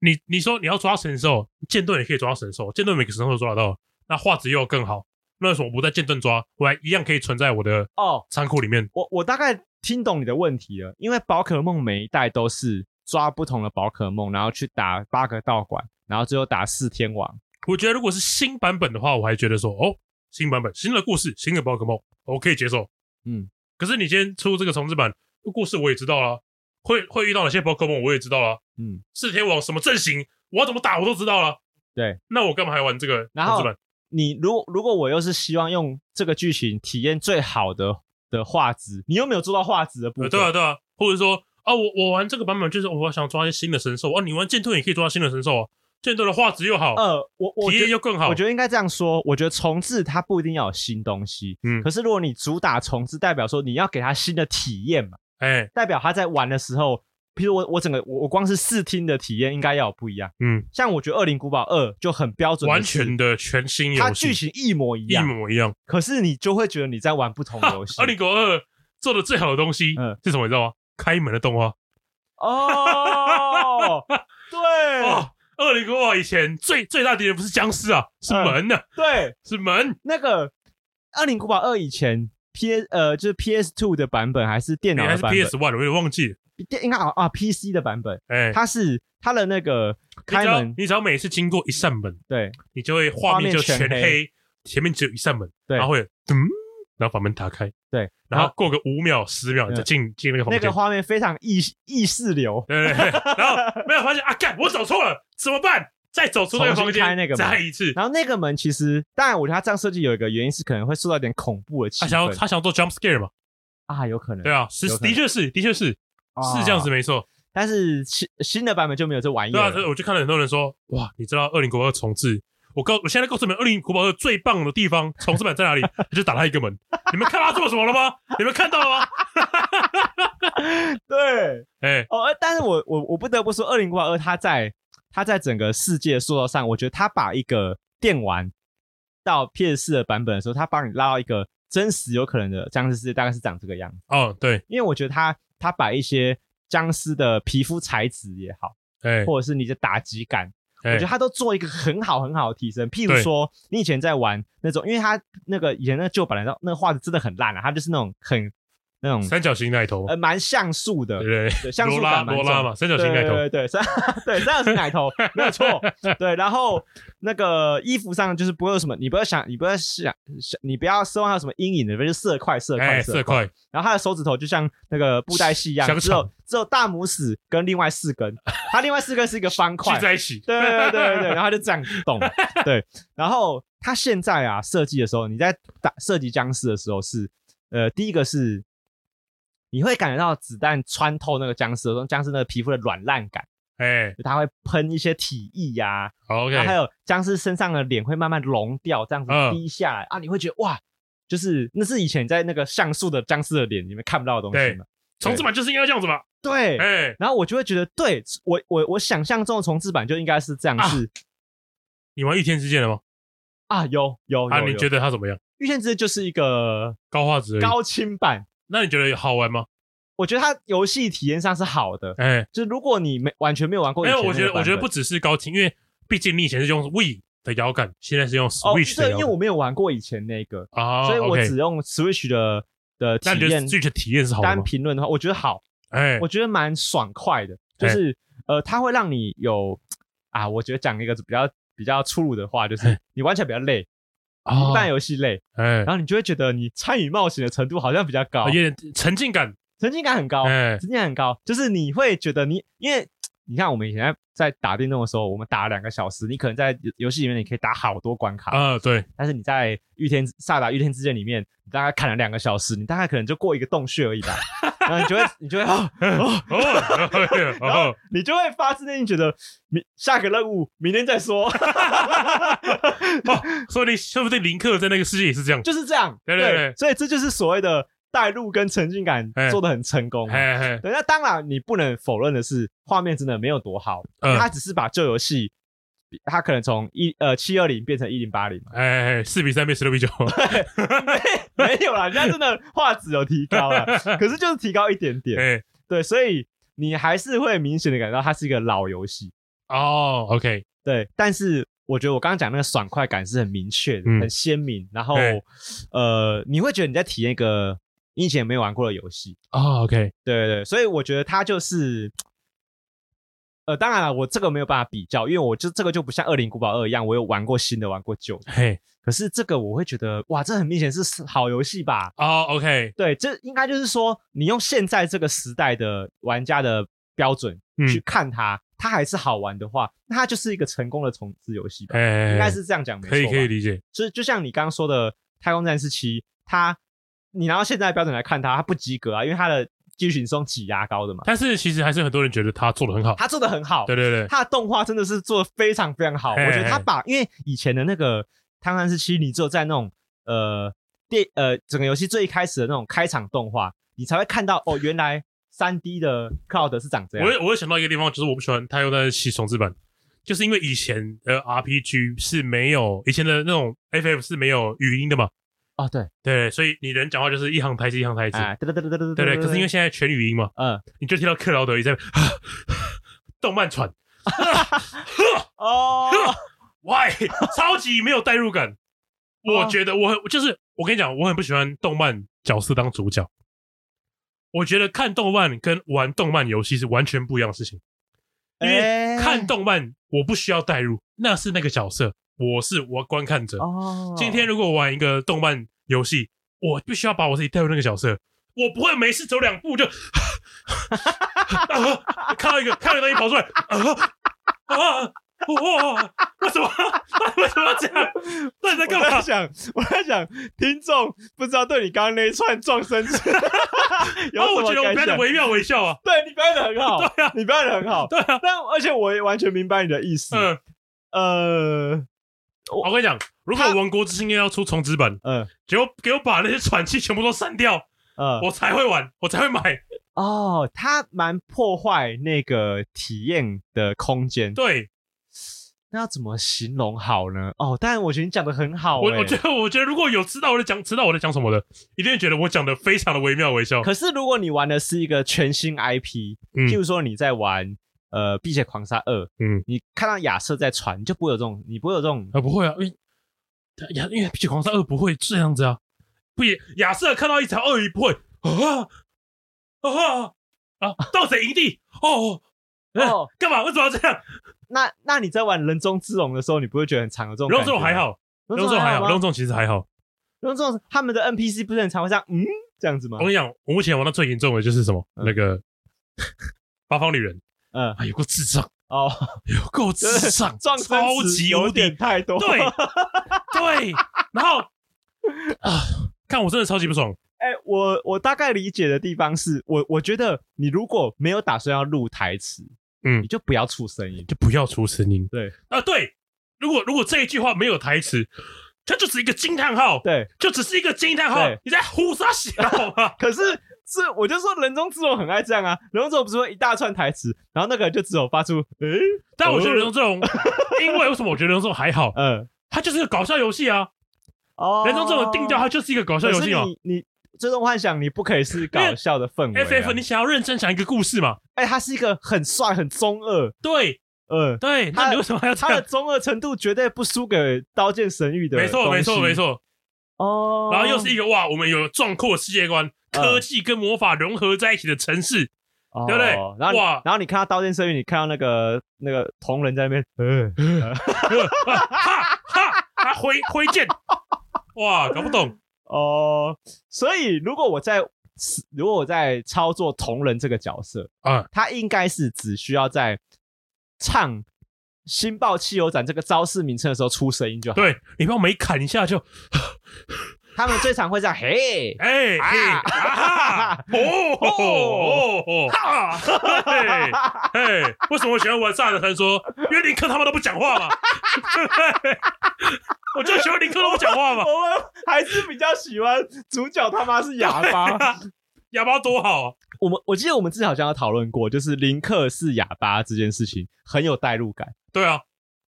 Speaker 2: 你你说你要抓神兽，剑盾也可以抓神兽，剑盾每个神兽都抓得到，那画质又更好，那为什么我不在剑盾抓，我还一样可以存在我的
Speaker 1: 哦，
Speaker 2: 仓库里面？
Speaker 1: 我我大概听懂你的问题了，因为宝可梦每一代都是抓不同的宝可梦，然后去打八个道馆，然后最后打四天王。
Speaker 2: 我觉得如果是新版本的话，我还觉得说哦，新版本新的故事，新的宝可梦，我可以接受。
Speaker 1: 嗯，
Speaker 2: 可是你今天出这个重置版，故事我也知道了，会会遇到哪些宝可梦我也知道了，
Speaker 1: 嗯，
Speaker 2: 四天王什么阵型，我要怎么打我都知道了。
Speaker 1: 对，
Speaker 2: 那我干嘛还玩这个重
Speaker 1: 然后
Speaker 2: 置版？
Speaker 1: 你如果如果我又是希望用这个剧情体验最好的的画质，你又没有做到画质的部分。
Speaker 2: 呃对啊，对啊，或者说啊，我我玩这个版本就是哦我想抓一些新的神兽哦、你玩剑盾也可以抓新的神兽啊，剑盾的画质又好，
Speaker 1: 呃，我我觉
Speaker 2: 体验
Speaker 1: 得
Speaker 2: 又更好。
Speaker 1: 我觉得应该这样说，我觉得重置它不一定要有新东西，
Speaker 2: 嗯
Speaker 1: 可是如果你主打重置，代表说你要给它新的体验嘛，
Speaker 2: 哎，
Speaker 1: 代表他在玩的时候，譬如我我整个我我光是视听的体验应该要有不一样。
Speaker 2: 嗯，
Speaker 1: 像我觉得《恶灵古堡二》就很标准的是，
Speaker 2: 完全的全新
Speaker 1: 它
Speaker 2: 游
Speaker 1: 剧
Speaker 2: 戏，
Speaker 1: 情一模一
Speaker 2: 一
Speaker 1: 样，
Speaker 2: 模一样。
Speaker 1: 可是你就会觉得你在玩不同
Speaker 2: 哈
Speaker 1: 游戏。
Speaker 2: 二零狗二做的最好的东西
Speaker 1: 嗯
Speaker 2: 是什么？你知道吗？开门的动画
Speaker 1: 哦，对、
Speaker 2: 哦。二零狗二以前最最大敌人不是僵尸啊，是
Speaker 1: 嗯
Speaker 2: 门呢、
Speaker 1: 对，
Speaker 2: 是门。
Speaker 1: 那个《恶灵古堡二》以前 P 呃就是 PS Two 的版本还是电
Speaker 2: 你
Speaker 1: 脑
Speaker 2: 还
Speaker 1: 的
Speaker 2: 是
Speaker 1: 版本
Speaker 2: PS One，我有点忘记了。
Speaker 1: 电应该啊啊 PC 的版本，
Speaker 2: 哎，
Speaker 1: 它是它的那个
Speaker 2: 你
Speaker 1: 开
Speaker 2: 只要
Speaker 1: 门
Speaker 2: 你只要每次经过一扇门，
Speaker 1: 对
Speaker 2: 你就会画面就
Speaker 1: 画
Speaker 2: 全
Speaker 1: 面全黑，
Speaker 2: 前面只有一扇门，
Speaker 1: 对
Speaker 2: 然后会有噔，然后把门打开，
Speaker 1: 对，
Speaker 2: 然
Speaker 1: 然
Speaker 2: 后
Speaker 1: 后
Speaker 2: 过个五秒十
Speaker 1: 嗯
Speaker 2: 秒你再进进那个
Speaker 1: 那
Speaker 2: 房
Speaker 1: 个
Speaker 2: 间。
Speaker 1: 画面非常意意识流，
Speaker 2: 对对对， 对然后没有发现啊，干，我走错了，怎么办？再走出那个房
Speaker 1: 重新开那
Speaker 2: 间，
Speaker 1: 个门
Speaker 2: 再一次。
Speaker 1: 然后那个门其实，当然我觉得它这样设计有一个原因是可能会受到一点恐怖的气
Speaker 2: 他啊想要
Speaker 1: 氛
Speaker 2: 他想要做 jump scare 嘛？
Speaker 1: 啊，有可能
Speaker 2: 对啊，是
Speaker 1: 有可能
Speaker 2: 的确是的确是是这样子
Speaker 1: 啊
Speaker 2: 没错。
Speaker 1: 但是新新的版本就没有这玩意
Speaker 2: 对啊，
Speaker 1: 儿
Speaker 2: 所以
Speaker 1: 了，
Speaker 2: 我就看到很多人说，哇，你知道《二零古堡二》重置？我告我现在告诉你们，《二零古堡二》最棒的地方，重置版在哪里？ 就打他一个门。你们看他做什么了吗？你们看到了吗？
Speaker 1: 对
Speaker 2: 哎，
Speaker 1: 哦，呃但是我我我不得不说，《二零古堡二》它在它在整个世界塑造上，我觉得它把一个电玩到 PS 四的版本的时候，它帮你拉到一个真实有可能的僵尸世界，大概是长这个样子。
Speaker 2: 哦，对，
Speaker 1: 因为我觉得它它把一些僵尸的皮肤材质也好，
Speaker 2: 哎，
Speaker 1: 或者是你的打击感，哦我
Speaker 2: 哎
Speaker 1: 觉得，它都做一个很好很好的提升。譬如
Speaker 2: 对
Speaker 1: 说，你以前在玩那种，因为它那个以前那个旧版的那个画质真的很烂啊，它就是那种很那种
Speaker 2: 三角形那一头嘛，
Speaker 1: 呃蛮像素的
Speaker 2: 对，对对，
Speaker 1: 对，像素
Speaker 2: 罗拉
Speaker 1: 感蛮
Speaker 2: 罗
Speaker 1: 重
Speaker 2: 拉嘛，三角
Speaker 1: 对
Speaker 2: 形那
Speaker 1: 对
Speaker 2: 一头，
Speaker 1: 对对， 三对三角形奶头没有 错，对，然后那个衣服上就是不会有什么，你不要想，你不要想，想你不要奢望它有什么阴影的，就是色块色
Speaker 2: 哎，
Speaker 1: 块
Speaker 2: 色
Speaker 1: 色。
Speaker 2: 块，
Speaker 1: 然后他的手指头就像那个布袋戏一
Speaker 2: 香
Speaker 1: 样，
Speaker 2: 肠
Speaker 1: 只有只有大拇指跟另外四 根，它另外四根是一个方块
Speaker 2: 聚，在一起，
Speaker 1: 对对对对对，然后他就这样动，对，然后他现在啊设计的时候，你在打设计僵尸的时候是，呃，第一个是你会感觉到子弹穿透那个僵尸的时候，僵尸那个皮肤的软烂感，
Speaker 2: 哎
Speaker 1: 就它会喷一些体液呀、
Speaker 2: 好
Speaker 1: 然后还
Speaker 2: ，OK，
Speaker 1: 有僵尸身上的脸会慢慢融掉，这样子
Speaker 2: 嗯
Speaker 1: 滴下来、啊，你会觉得哇，就是那是以前在那个像素的僵尸的脸里面看不到的东
Speaker 2: 对
Speaker 1: 西嘛，
Speaker 2: 重置版就是应该这样子嘛，
Speaker 1: 对，
Speaker 2: 哎，
Speaker 1: 然后我就会觉得，对我我我想象中的重置版就应该是这样
Speaker 2: 啊
Speaker 1: 是。
Speaker 2: 你玩《御天之剑》了吗？
Speaker 1: 啊，有有有
Speaker 2: 啊，你
Speaker 1: 得《
Speaker 2: 觉得它怎么样？
Speaker 1: 御剑之就是一个
Speaker 2: 高画质而已，
Speaker 1: 高清版？
Speaker 2: 那你觉得好玩吗？
Speaker 1: 我觉得它游戏体验上是好的，
Speaker 2: 哎，
Speaker 1: 就如果你没完全没有玩过
Speaker 2: 没
Speaker 1: 以前那
Speaker 2: 有，
Speaker 1: 个
Speaker 2: 我
Speaker 1: 版
Speaker 2: 觉
Speaker 1: 本，
Speaker 2: 得我觉得不只是高清，因为毕竟你以前是用 We 的摇杆，现在是用
Speaker 1: 哦，
Speaker 2: Switch 的
Speaker 1: 对，因
Speaker 2: 摇
Speaker 1: 为
Speaker 2: 杆
Speaker 1: 我没有玩过以前那个，
Speaker 2: 啊，
Speaker 1: 所以我
Speaker 2: OK
Speaker 1: 只用 Switch 的的体
Speaker 2: 那你觉得
Speaker 1: 验
Speaker 2: Switch 的体验是好的
Speaker 1: 单
Speaker 2: 吗？
Speaker 1: 评论的话，我觉得好，
Speaker 2: 哎
Speaker 1: 我，觉得蛮爽快的，就
Speaker 2: 哎
Speaker 1: 是呃，它会让你有啊，我觉得讲一个比较比较粗鲁的话，就是你玩起来比较累，
Speaker 2: 哦
Speaker 1: 一半游戏类，
Speaker 2: 哎呃
Speaker 1: 然，后你就会觉得你参与冒险的程度好像比较高
Speaker 2: 有，点沉浸感，
Speaker 1: 沉浸感很高，
Speaker 2: 哎，
Speaker 1: 沉浸感很高，就是你会觉得你因为。你看，我们以前在在打电动的时候，我们打了两个小时，你可能在游游戏里面你可以打好多关卡，
Speaker 2: 啊，对，
Speaker 1: 但是你在御天萨达御天之剑里面，你大概看了两个小时，你大概可能就过一个洞穴而 已吧，然后你就会你就会哦哦，
Speaker 2: 哦，哦
Speaker 1: 然后
Speaker 2: 哦，
Speaker 1: 你就会发自内心觉得明下个任务明天再 说，
Speaker 2: 说不定说不定林克在那个世界也是这样，
Speaker 1: 就是这样。
Speaker 2: 对对对
Speaker 1: 所以这就是所谓的带入跟沉浸感
Speaker 2: 哎
Speaker 1: 做的很成功啊。
Speaker 2: 哎哎，
Speaker 1: 对，那当然你不能否认的是，画面真的没有多好，因为
Speaker 2: 嗯
Speaker 1: 它只是把旧游戏，它可能从一呃七二零变成一零八零 嘛，
Speaker 2: 哎哎，四比三变十六比九，
Speaker 1: 没有啦，人家真的画质有提高 了，可是就是提高一点点。
Speaker 2: 哎，
Speaker 1: 对，所以你还是会明显的感到它是一个老游戏。
Speaker 2: 哦，OK，
Speaker 1: 对，但是我觉得我刚刚讲那个爽快感是很明确的、
Speaker 2: 嗯
Speaker 1: 很鲜明，然后
Speaker 2: 对
Speaker 1: 呃，你会觉得你在体验一个你以前没有玩过的游戏。
Speaker 2: 哦，OK，
Speaker 1: 对对对，所以我觉得它就是。呃，当然了，我这个没有办法比较，因为我就这个就不像《二零古堡二》一样，我有玩过新的，玩过旧的。
Speaker 2: 嘿，
Speaker 1: 可是这个我会觉得，哇，这很明显是好游戏吧？
Speaker 2: 哦，OK，
Speaker 1: 对，这应该就是说，你用现在这个时代的玩家的标准
Speaker 2: 嗯
Speaker 1: 去看它，它还是好玩的话，那它就是一个成功的重置游戏吧？
Speaker 2: 哎，
Speaker 1: 应该是这样讲，没错。
Speaker 2: 可以可以。理解，
Speaker 1: 就是就像你刚刚说的，《太空战士七》，它你拿到现在的标准来看它，它不及格啊，因为它的剧情是用挤压高的嘛，
Speaker 2: 但是其实还是很多人觉得他做的很好，
Speaker 1: 它做的很好，
Speaker 2: 对对对，
Speaker 1: 它的动画真的是做的非常非常好。
Speaker 2: 嘿
Speaker 1: 我觉得它
Speaker 2: 嘿
Speaker 1: 把因为以前的那个《太空战士七》，你只有在那种呃电呃整个游戏最一开始的那种开场动画，你才会看到哦，原来三 D 的 Cloud 是长这样
Speaker 2: 我。也我也想到一个地方，就是我不喜欢太用在七重置版，就是因为以前的 RPG 是没有以前的那种 FF 是没有语音的嘛，
Speaker 1: 哦，对，
Speaker 2: 对，所以你人讲话就是一行台词一行台词，
Speaker 1: 哎，对对对对对
Speaker 2: 对不对？可是因为现在全语音嘛，
Speaker 1: 嗯
Speaker 2: 你就听到克劳德也在 动漫喘
Speaker 1: 哦
Speaker 2: ，why 超级没有代入感。
Speaker 1: 哦
Speaker 2: 我觉得我很就是我跟你讲，我很不喜欢动漫角色当主角。我觉得看动漫跟玩动漫游戏是完全不一样的事情， 因为
Speaker 1: 哎
Speaker 2: 看动漫我不需要代入，那是那个角色，我是我观看者。
Speaker 1: 哦，
Speaker 2: 今天如果我玩一个动漫游戏，我必须要把我自己带入那个角色，我不会没事走两步就 啊看到一个看到一个东西跑出来，啊啊哇！为什么为什么要这样？到底在干
Speaker 1: 我在
Speaker 2: 嘛？
Speaker 1: 想，我在想，听众不知道对你刚刚那一串撞声有什
Speaker 2: 然后
Speaker 1: 么
Speaker 2: 哦啊我觉得我
Speaker 1: 感
Speaker 2: 表演的
Speaker 1: 想？
Speaker 2: 惟妙惟肖啊，
Speaker 1: 对你表演的很好，
Speaker 2: 对啊
Speaker 1: 你表演的很好，
Speaker 2: 对啊，
Speaker 1: 但而且我也完全明白你的意思。
Speaker 2: 嗯，
Speaker 1: 呃
Speaker 2: 我跟你讲，如果
Speaker 1: 他
Speaker 2: 《王国之心》要出重置版，
Speaker 1: 呃
Speaker 2: 给我给我把那些喘气全部都删掉，
Speaker 1: 呃，
Speaker 2: 我才会玩，我才会买。
Speaker 1: 哦，它蛮破坏那个体验的空间。
Speaker 2: 对
Speaker 1: 那要怎么形容好呢？哦，但我觉得你讲的很好、
Speaker 2: 我，
Speaker 1: 欸，
Speaker 2: 我觉得我觉得如果有知道我在讲知道我在讲什么的，一定会觉得我讲的非常的惟妙惟肖。
Speaker 1: 可是如果你玩的是一个全新 IP，、
Speaker 2: 嗯
Speaker 1: 譬如说你在玩呃《碧血狂杀二》，
Speaker 2: 嗯，
Speaker 1: 你看到亚瑟在传，你就不会有这种，你不会有这种
Speaker 2: 啊，不会啊，因为亚因为碧血狂杀二不会这样子啊，不也亚瑟看到一条鳄鱼不会啊啊啊，盗贼营地哦，
Speaker 1: 哦。
Speaker 2: 干嘛为什么要这样？
Speaker 1: 那那你在玩人中之龙的时候，你不会觉得啊很常有这种？
Speaker 2: 龙总还，好，
Speaker 1: 人
Speaker 2: 龙
Speaker 1: 中
Speaker 2: 总还
Speaker 1: 好
Speaker 2: 好，
Speaker 1: 吗，嗯
Speaker 2: 龙总其实还好。
Speaker 1: 人中之龙他们的 NPC 不是很常会这样，嗯，这样子吗
Speaker 2: 我？跟你讲，我目前玩到最严重的就是什么
Speaker 1: 嗯
Speaker 2: 那个八方旅人
Speaker 1: 嗯，
Speaker 2: 啊，有够智障，
Speaker 1: 哦，
Speaker 2: 有 够智障，
Speaker 1: 撞声
Speaker 2: 超
Speaker 1: 词
Speaker 2: 级
Speaker 1: 有
Speaker 2: 无敌
Speaker 1: 点太多，
Speaker 2: 对对，然后啊，看我真的超级不爽，
Speaker 1: 哎、我我大概理解的地方是我我觉得你如果没有打算要录台词，
Speaker 2: 嗯
Speaker 1: 你就不要出声音。
Speaker 2: 就不要出声音。
Speaker 1: 对
Speaker 2: 啊，对，如果如果这一句话没有台词，它就只是一个惊叹号，
Speaker 1: 对，
Speaker 2: 就只是一个惊叹号
Speaker 1: 对，
Speaker 2: 你在胡
Speaker 1: ！
Speaker 2: 撒小啊
Speaker 1: 可是是我就说人中之龙很爱这样啊，人中之龙不是会一大串台词，然后那个人就只有发出诶、
Speaker 2: 但我觉得人中这
Speaker 1: 哦
Speaker 2: 种，因为为什么我觉得人中这种还好？
Speaker 1: 嗯、
Speaker 2: 它就是个搞笑游戏啊！
Speaker 1: 哦，
Speaker 2: 人中这种定调，它就是一个搞笑游戏嘛
Speaker 1: 可。是你你最终幻想你不可以是搞笑的氛围、啊。
Speaker 2: F F，你想要认真讲一个故事嘛？
Speaker 1: 哎、它是一个很帅很中二，
Speaker 2: 对
Speaker 1: 呃，
Speaker 2: 对，
Speaker 1: 它
Speaker 2: 那你为什么还要这
Speaker 1: 它的
Speaker 2: 样？
Speaker 1: 中二程度绝对不输给《刀剑神域》的
Speaker 2: 没错，
Speaker 1: 东
Speaker 2: 没错，
Speaker 1: 西
Speaker 2: 没错。
Speaker 1: 哦。嗯
Speaker 2: 然后又是一个哇，我们有壮阔世界观，科技跟魔法融合在一起的城市，对不对
Speaker 1: 哦然后你
Speaker 2: 哇
Speaker 1: 然后你看到《刀剑神域》，你看到那个那个同人在那边，呃，
Speaker 2: 哈哈哈！他挥挥剑，哇，搞不 懂，
Speaker 1: 哦、所以如果我在如果我在操作同人这个角色，
Speaker 2: 嗯，
Speaker 1: 他应该是只需要在唱新爆汽油展这个招式名称的时候出声音就好。，
Speaker 2: 对，你把我每砍一下就，
Speaker 1: 他们最常会这样， 嘿，
Speaker 2: 哎、嘿
Speaker 1: 啊
Speaker 2: 啊 哈，哦哦哦，哈，嘿，嘿，为什么我喜欢玩萨德三说？因为林克他们都不讲话嘛， 我就喜欢林克都不讲话
Speaker 1: 我们
Speaker 2: 嘛，
Speaker 1: 哦还是比较喜欢主角他妈是哑巴。
Speaker 2: 哑巴多好啊，
Speaker 1: 我们我记得我们之前好像有讨论过，就是林克是哑巴这件事情很有代入感，
Speaker 2: 对啊，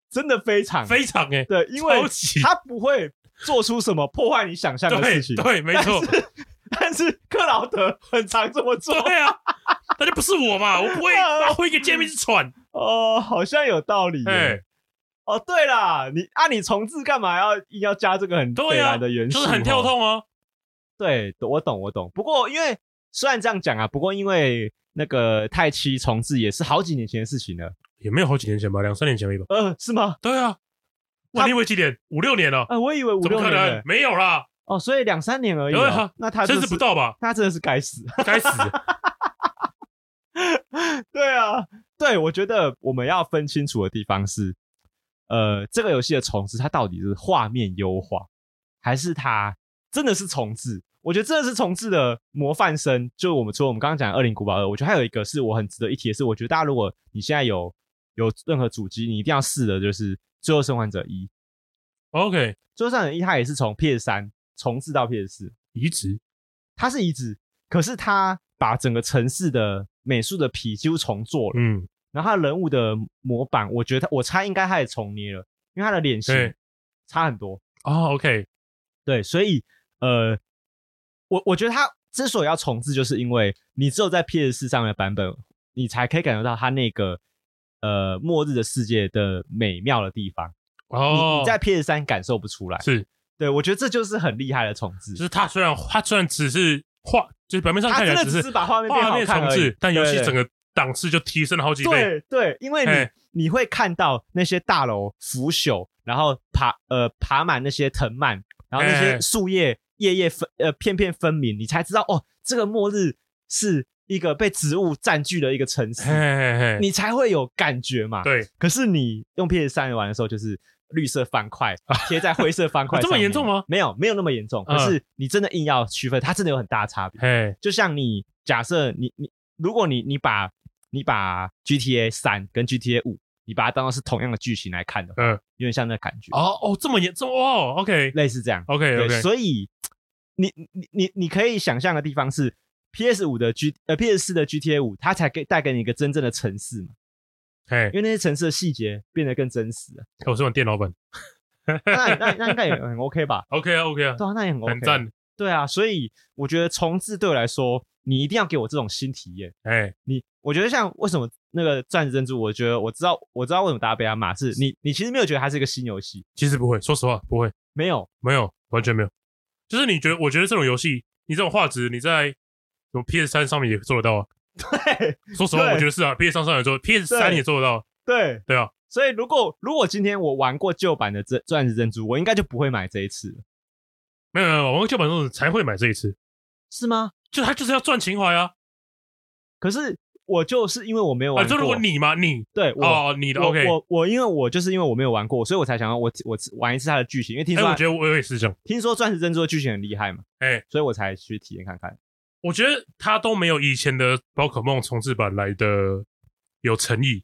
Speaker 1: 真的非常
Speaker 2: 非常哎、
Speaker 1: 对，因为
Speaker 2: 超级
Speaker 1: 他不会做出什么破坏你想象的
Speaker 2: 对
Speaker 1: 事情。
Speaker 2: 对，没错，
Speaker 1: 但是克劳德很常这么做
Speaker 2: 对啊，那就不是 我嘛，我不会拿挥一个界面去喘，
Speaker 1: 哦，好像有道理耶。
Speaker 2: 哎，
Speaker 1: 哦，对啦，你啊，你重置干嘛要硬要加这个很
Speaker 2: 对
Speaker 1: 北
Speaker 2: 啊
Speaker 1: 蓝的元素？
Speaker 2: 就是很跳
Speaker 1: 哦。
Speaker 2: 痛啊，
Speaker 1: 对，我懂，我懂。不过因为虽然这样讲啊，不过因为那个太七重置也是好几年前的事情了。
Speaker 2: 也没有好几年前吧，两三年前而已吧，
Speaker 1: 呃，是吗？
Speaker 2: 对啊，哇，
Speaker 1: 他
Speaker 2: 你以为几年？五六年了，
Speaker 1: 呃，我以为五
Speaker 2: 怎么
Speaker 1: 六
Speaker 2: 可
Speaker 1: 年
Speaker 2: 能
Speaker 1: 了？
Speaker 2: 没有啦？
Speaker 1: 哦，所以两三年而已哦、
Speaker 2: 对啊
Speaker 1: 那他
Speaker 2: 甚
Speaker 1: 真
Speaker 2: 至
Speaker 1: 是
Speaker 2: 不，到吧？
Speaker 1: 他真的是该死。
Speaker 2: 该死！
Speaker 1: 对啊，对，我觉得我们要分清楚的地方是，呃，这个游戏的重置它到底是画面优化，还是它真的是重置？我觉得真的是重置的模范生，就我们说我们刚刚讲《二零古堡二》，我觉得还有一个是我很值得一提的是，我觉得大家如果你现在有有任何主机，你一定要试的就是《最后生还者一》，《
Speaker 2: OK，
Speaker 1: 最后生还者一》它也是从 PS 三重置到 PS 四，
Speaker 2: 移植
Speaker 1: 它是移植，可是它把整个城市的美术的皮几乎重做了。
Speaker 2: 嗯，
Speaker 1: 然后他人物的模板，我觉得我猜应该他也重捏了，因为他的脸型
Speaker 2: 对
Speaker 1: 差很多。
Speaker 2: 哦，OK，
Speaker 1: 对，所以呃，我我觉得他之所以要重置，就是因为你只有在 PS 四上面的版本，你才可以感觉到他那个呃末日的世界的美妙的地方。你
Speaker 2: 哦，
Speaker 1: 你在 PS 三感受不出来。
Speaker 2: 是，
Speaker 1: 对，我觉得这就是很厉害的重置
Speaker 2: 就。是他虽然他虽然只是画，就是表面上
Speaker 1: 他
Speaker 2: 看起
Speaker 1: 真
Speaker 2: 来
Speaker 1: 的
Speaker 2: 只
Speaker 1: 只是把画面变
Speaker 2: 画
Speaker 1: 好
Speaker 2: 面
Speaker 1: 看
Speaker 2: 重
Speaker 1: 而已
Speaker 2: 置，但游戏
Speaker 1: 对对
Speaker 2: 整个档次就提升了好几倍。
Speaker 1: 对对，因为
Speaker 2: 嘿
Speaker 1: 你你会看到那些大楼腐朽，然后爬呃爬满那些藤蔓，然后那些
Speaker 2: 嘿
Speaker 1: 树叶叶叶分呃片片分明，你才知道哦，这个末日是一个被植物占据的一个城
Speaker 2: 嘿
Speaker 1: 市，
Speaker 2: 嘿嘿嘿，
Speaker 1: 你才会有感觉嘛。
Speaker 2: 对，
Speaker 1: 可是你用 PS 三玩的时候，就是绿色方块贴在灰色方块
Speaker 2: 啊这
Speaker 1: 上面，
Speaker 2: 么严重吗
Speaker 1: 没有，没有那么严重。可
Speaker 2: 嗯
Speaker 1: 是你真的硬要区分，它真的有很大的差别。
Speaker 2: 嘿，
Speaker 1: 就像你假设你你，如果你你把你把 GTA 三跟 GTA 五，你把它当做是同样的剧情来看的话，
Speaker 2: 嗯
Speaker 1: 有点像那感觉，
Speaker 2: 哦哦，这么严重哦，OK
Speaker 1: 类似这样。
Speaker 2: OK
Speaker 1: 对
Speaker 2: OK，
Speaker 1: 所以你你你你可以想象的地方是 PS 五的 G 呃 PS 四的 GTA 五，它才给带给你一个真正的城市嘛，
Speaker 2: 嘿
Speaker 1: 因，为那些城市的细节变得更真 实了。
Speaker 2: 我是玩电脑版
Speaker 1: 那那那应该也很 OK 吧？
Speaker 2: ，OK 啊 OK 啊，
Speaker 1: 对啊，那也很 OK，
Speaker 2: 很赞，
Speaker 1: 对啊，所以我觉得重置对我来说，你一定要给我这种新体验。
Speaker 2: 哎，
Speaker 1: 你我觉得像为什么那个钻石珍珠，我觉得我知道我知道为什么大家被他骂，是你你其实没有觉得它是一个新游戏，
Speaker 2: 其实不会，说实话不会，
Speaker 1: 没有，
Speaker 2: 没有，完全没有，就是你觉得，我觉得这种游戏，你这种画质，你在。什么 PS 三上面也做得到啊？
Speaker 1: 对
Speaker 2: 说实话，
Speaker 1: 对
Speaker 2: 我觉得是啊，PS 三上也做，PS 三
Speaker 1: 对
Speaker 2: 也做得到，
Speaker 1: 对，
Speaker 2: 对啊，
Speaker 1: 所以如果如果今天我玩过旧版的这钻石珍珠，我应该就不会买这一次了，
Speaker 2: 没有没有，我们旧版这种才会买这一次，
Speaker 1: 是吗？
Speaker 2: 就他就是要赚情怀啊！
Speaker 1: 可是我就是因为我没有
Speaker 2: 啊，
Speaker 1: 玩
Speaker 2: 就
Speaker 1: 过，
Speaker 2: 如果你嘛，你
Speaker 1: 对我、
Speaker 2: 哦，你的
Speaker 1: 我
Speaker 2: OK，
Speaker 1: 我我因为我就是因为我没有玩过，所以我才想要我我玩一次它的剧情，因为听
Speaker 2: 哎，
Speaker 1: 说、
Speaker 2: 我觉得我也是这样，
Speaker 1: 听说钻石珍珠的剧情很厉害嘛，
Speaker 2: 哎，
Speaker 1: 所以我才去体验看看。
Speaker 2: 我觉得他都没有以前的宝可梦重置版来的有诚意。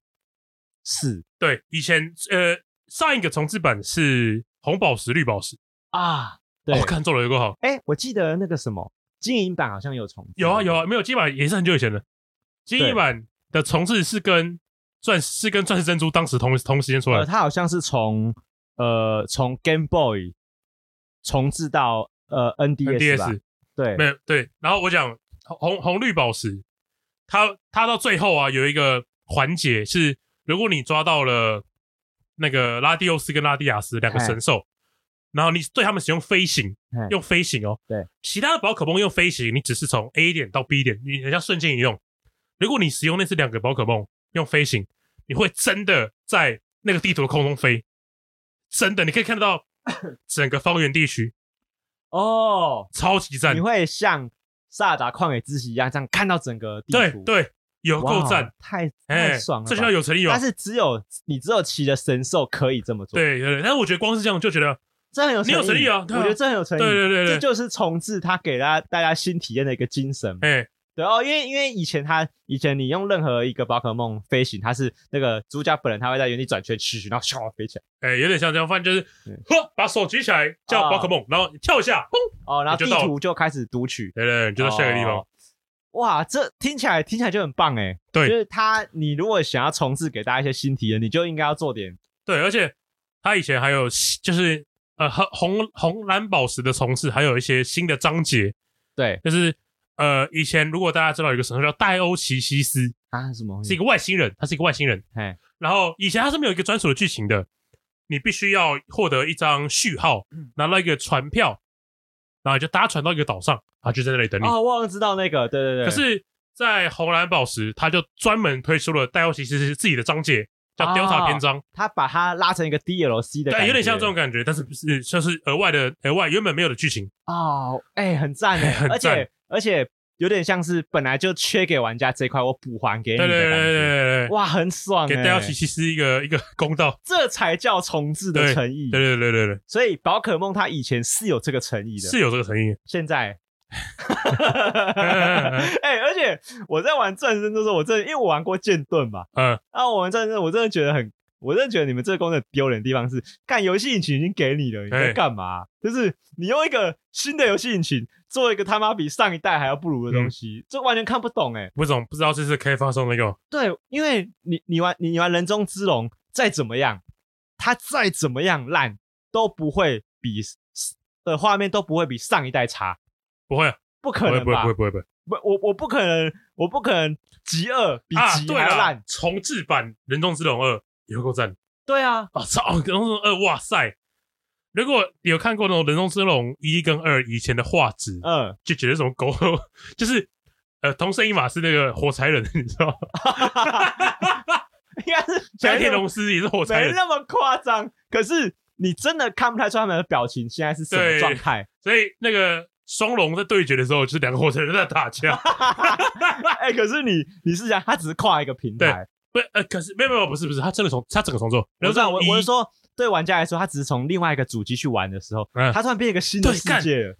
Speaker 1: 是
Speaker 2: 对，以前呃上一个重置版是红宝石、绿宝石，
Speaker 1: 啊，对，
Speaker 2: 我看做了有个好，
Speaker 1: 哎、我记得那个什么金银版好像有重置
Speaker 2: 有啊有啊，没有基本上也是很久以前的，
Speaker 1: 嗯
Speaker 2: 金
Speaker 1: 对
Speaker 2: 翼版的重置是跟钻石是跟钻石珍珠当时同同时间出来
Speaker 1: 呃，
Speaker 2: 的，
Speaker 1: 它好像是从呃从 Game Boy 重置到呃 NDS 吧
Speaker 2: NDS
Speaker 1: 对
Speaker 2: 没有对，然后我讲红红绿宝石，它它到最后啊有一个环节是，如果你抓到了那个拉蒂欧斯跟拉蒂亚斯两个
Speaker 1: 嘿
Speaker 2: 神兽，然后你对他们使用飞行
Speaker 1: 嘿，
Speaker 2: 用飞行哦，
Speaker 1: 对，
Speaker 2: 其他的宝可梦用飞行，你只是从 A 点到 B 点，你人家瞬间移动。如果你使用那是两个宝可梦用飞行，你会真的在 那个地图的空中飞，真的，你可以看得到整个方圆地区。
Speaker 1: 哦，
Speaker 2: 超级赞
Speaker 1: 你。会像萨达旷野之息一样，这样看到整个地
Speaker 2: 对
Speaker 1: 图，
Speaker 2: 对，有够
Speaker 1: 哇
Speaker 2: 赞，，
Speaker 1: 太
Speaker 2: 哎
Speaker 1: 太爽，了吧，
Speaker 2: 这叫有诚意吧哦
Speaker 1: 但？是只有你只有骑的神兽可以这么做，，
Speaker 2: 对对对，但是我觉得光是这样就觉得，
Speaker 1: 这很有
Speaker 2: 你有诚意啊对啊
Speaker 1: 我觉得这很有诚意，
Speaker 2: 对对对对
Speaker 1: 这就是重置他给大家大家新体验的一个精神嘛。
Speaker 2: 哎，
Speaker 1: 对哦，因为因为以前他以前你用任何一个宝可梦飞行，它是那个主角本人他会在原地转圈去，然后唰飞起来，
Speaker 2: 哎，有点像这样，反正就是
Speaker 1: 对，
Speaker 2: 呵，把手举起来叫
Speaker 1: 啊
Speaker 2: 宝可梦，然后跳一下，砰，
Speaker 1: 哦，然后
Speaker 2: 你
Speaker 1: 地
Speaker 2: 就到
Speaker 1: 图就开始读取，
Speaker 2: 对对，对你就到下一个地方
Speaker 1: 哦。哇，这听起来听起来就很棒哎。
Speaker 2: 对
Speaker 1: 就是他，你如果想要重置给大家一些新体验，你就应该要做点
Speaker 2: 对，而且他以前还有就是呃红红蓝宝石的重置，还有一些新的章节，
Speaker 1: 对
Speaker 2: 就是呃以前如果大家知道有一个神兽叫戴欧奇西斯，
Speaker 1: 啊什么东
Speaker 2: 是一
Speaker 1: 西，
Speaker 2: 个外星人，他是一个外星人，
Speaker 1: 哎
Speaker 2: 然后以前它是没有一个专属的剧情的，你必须要获得一张序号，拿到一个船票，然后你就搭船到一个岛上，然后就在那里等你。
Speaker 1: 哦，我好像知道那个，对对对，
Speaker 2: 可是，在红蓝宝石，他就专门推出了戴奥奇斯是自己的章节，叫
Speaker 1: 哦
Speaker 2: Delta 篇章，
Speaker 1: 他把它拉成一个 DLC 的感觉，
Speaker 2: 对，有点像这种感觉，但是不是就是额外的额外原本没有的剧情，
Speaker 1: 哦，哎，很赞哎，
Speaker 2: 很
Speaker 1: 而
Speaker 2: 赞
Speaker 1: 且而且有点像是本来就缺给玩家这一块，我补还给你
Speaker 2: 对
Speaker 1: 的
Speaker 2: 对对
Speaker 1: 感
Speaker 2: 对对
Speaker 1: 觉，
Speaker 2: 对对对，
Speaker 1: 哇，很爽
Speaker 2: 给
Speaker 1: 哎
Speaker 2: 戴奥奇西斯一个一个公道，
Speaker 1: 这才叫重置的诚意
Speaker 2: 对。对对对对对，
Speaker 1: 所以宝可梦它以前是有这个诚意的，
Speaker 2: 是有这个诚意，
Speaker 1: 现 在。哎、而且我在玩战争的时候，我真的因为我玩过剑盾嘛，
Speaker 2: 嗯，
Speaker 1: 啊，我玩战争我真的觉得很，我真的觉得你们这个功能丢脸的地方是，干游戏引擎已经给你了，你
Speaker 2: 哎
Speaker 1: 在干嘛、就是你用一个新的游戏引擎做一个他妈比上一代还要不如的东西，这完全看不懂哎、
Speaker 2: 不懂不知道这次开发商那个，
Speaker 1: 对，因为你你玩你玩人中之龙再怎么样，它再怎么样烂都不会比的画面都不会比上一代差，
Speaker 2: 不会啊
Speaker 1: 不可
Speaker 2: 不会
Speaker 1: 能
Speaker 2: 不会
Speaker 1: 吧？
Speaker 2: 不会不会不会。
Speaker 1: 不我我不可能，我不可能极二比
Speaker 2: 啊，
Speaker 1: 极
Speaker 2: 对
Speaker 1: 还
Speaker 2: 啦
Speaker 1: 烂。
Speaker 2: 重置版《人中之龙二》也够赞
Speaker 1: 对啊，
Speaker 2: 啊！操， 《人中之龙二》哇塞！如果有看过那种《人中之龙》一跟二以前的画质，
Speaker 1: 嗯，
Speaker 2: 就觉得什么狗，就是呃，同生一马是那个火柴人， 你知道吗？
Speaker 1: 应该是
Speaker 2: 像
Speaker 1: 没
Speaker 2: 天
Speaker 1: 那
Speaker 2: 龙狮也是火柴
Speaker 1: 没
Speaker 2: 人，
Speaker 1: 那么夸张，可是你真的看不太出他们的表情现在是什
Speaker 2: 对
Speaker 1: 么状态。
Speaker 2: 所以那个双龙在对决的时候，就是两个火柴人在 打架。
Speaker 1: 哎、可是你你是想，他只是跨一个平台，
Speaker 2: 不，呃，可是没有没有，不是不是，他真的从他整个重做，
Speaker 1: 我
Speaker 2: 然
Speaker 1: 知道，我
Speaker 2: 后
Speaker 1: 我
Speaker 2: 一
Speaker 1: 是说，对玩家来说，他只是从另外一个主机去玩的时候，
Speaker 2: 嗯
Speaker 1: 他突然变一个新的
Speaker 2: 对
Speaker 1: 世
Speaker 2: 干
Speaker 1: 界了，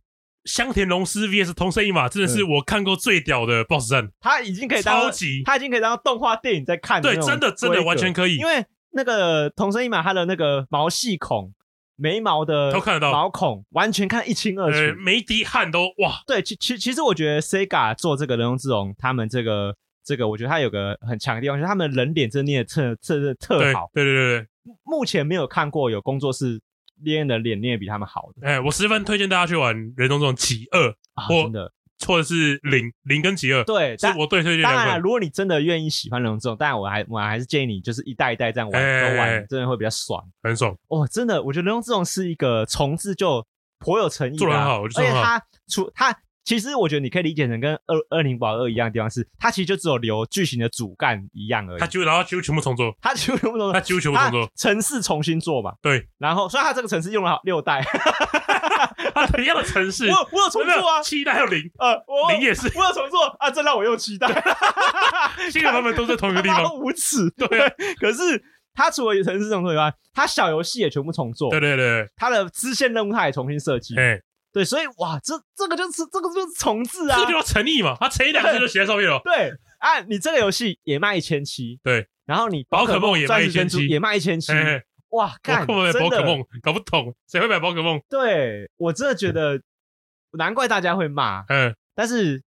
Speaker 2: 香田龙狮 VS 同生一马，真的是
Speaker 1: 嗯
Speaker 2: 我看过最屌的 BOSS 战，
Speaker 1: 他已经可以
Speaker 2: 超
Speaker 1: 当
Speaker 2: 级
Speaker 1: 他已经可以当动画电影在看
Speaker 2: 对，
Speaker 1: 那种
Speaker 2: 真的真的
Speaker 1: 规格
Speaker 2: 完全可以
Speaker 1: 因，为那个同生一马，它的那个毛细孔、眉毛的
Speaker 2: 都看得到
Speaker 1: 毛孔完全看一清二楚。
Speaker 2: 呃，每一滴汗都哇，
Speaker 1: 对，其其其实我觉得 Sega 做这个人中之龙，他们这个这个，我觉得他有个很强的地方，就是他们人脸真的捏的特特特
Speaker 2: 对
Speaker 1: 好。
Speaker 2: 对对对对，
Speaker 1: 目前没有看过有工作室捏人脸捏的比他们好的
Speaker 2: 哎、我十分推荐大家去玩《人中之龙极二》
Speaker 1: 啊，
Speaker 2: 我
Speaker 1: 真的。
Speaker 2: 或者是零零跟极二，
Speaker 1: 对，
Speaker 2: 是
Speaker 1: 但
Speaker 2: 我最推荐
Speaker 1: 当
Speaker 2: 两
Speaker 1: 然了，
Speaker 2: 款。
Speaker 1: 如果你真的愿意喜欢人中之龙，当然我还我还是建议你就是一代一代这样玩，
Speaker 2: 哎
Speaker 1: 都
Speaker 2: 哎哎
Speaker 1: 玩真的会比较爽。
Speaker 2: 很爽。
Speaker 1: 哦，真的，我觉得《人中之龙》是一个重置就颇有诚意的啊、
Speaker 2: 做得很好我觉
Speaker 1: 而且
Speaker 2: 得做得很好
Speaker 1: 它除它其实我觉得你可以理解成跟二二零宝二一样的地方是，它其实就只有留剧情的主干一样而已
Speaker 2: 他。几乎然后几乎全部 重做，
Speaker 1: 它就不
Speaker 2: 他
Speaker 1: 懂，
Speaker 2: 几乎全部重
Speaker 1: 它
Speaker 2: 做。
Speaker 1: 城市重新做嘛，
Speaker 2: 对，
Speaker 1: 然后所以它这个城市用了好六代，
Speaker 2: 他同样的城市，
Speaker 1: 我有我有重
Speaker 2: 没有
Speaker 1: 做啊，
Speaker 2: 七代还有零，
Speaker 1: 呃，我
Speaker 2: 零也是，
Speaker 1: 我有重做啊，这让我又期待，
Speaker 2: 七个版本都在同一个地
Speaker 1: 他妈
Speaker 2: 方。
Speaker 1: 无耻，
Speaker 2: 对啊，
Speaker 1: 可是。它除了城市重做以外，它小游戏也全部重做
Speaker 2: 对，对对
Speaker 1: 它的支线任务它也重新设计，
Speaker 2: 对，哎、
Speaker 1: 对，所以哇，这这个就是这个就是重置啊
Speaker 2: 这，就叫诚意嘛，他诚意两个字就写在上面了。
Speaker 1: 对啊，你这个游戏也卖一千七，
Speaker 2: 对，
Speaker 1: 然后你
Speaker 2: 宝可梦
Speaker 1: 梦
Speaker 2: 也
Speaker 1: 钻
Speaker 2: 卖
Speaker 1: 石珍珠
Speaker 2: 1700
Speaker 1: 也卖一千七
Speaker 2: 哎、，欸，
Speaker 1: 哇，
Speaker 2: 我
Speaker 1: 干，
Speaker 2: 根本没
Speaker 1: 真
Speaker 2: 宝可
Speaker 1: 的，
Speaker 2: 梦搞不懂，谁会买宝可梦？
Speaker 1: 对我真的觉得难怪大家会骂，
Speaker 2: 嗯、
Speaker 1: 但是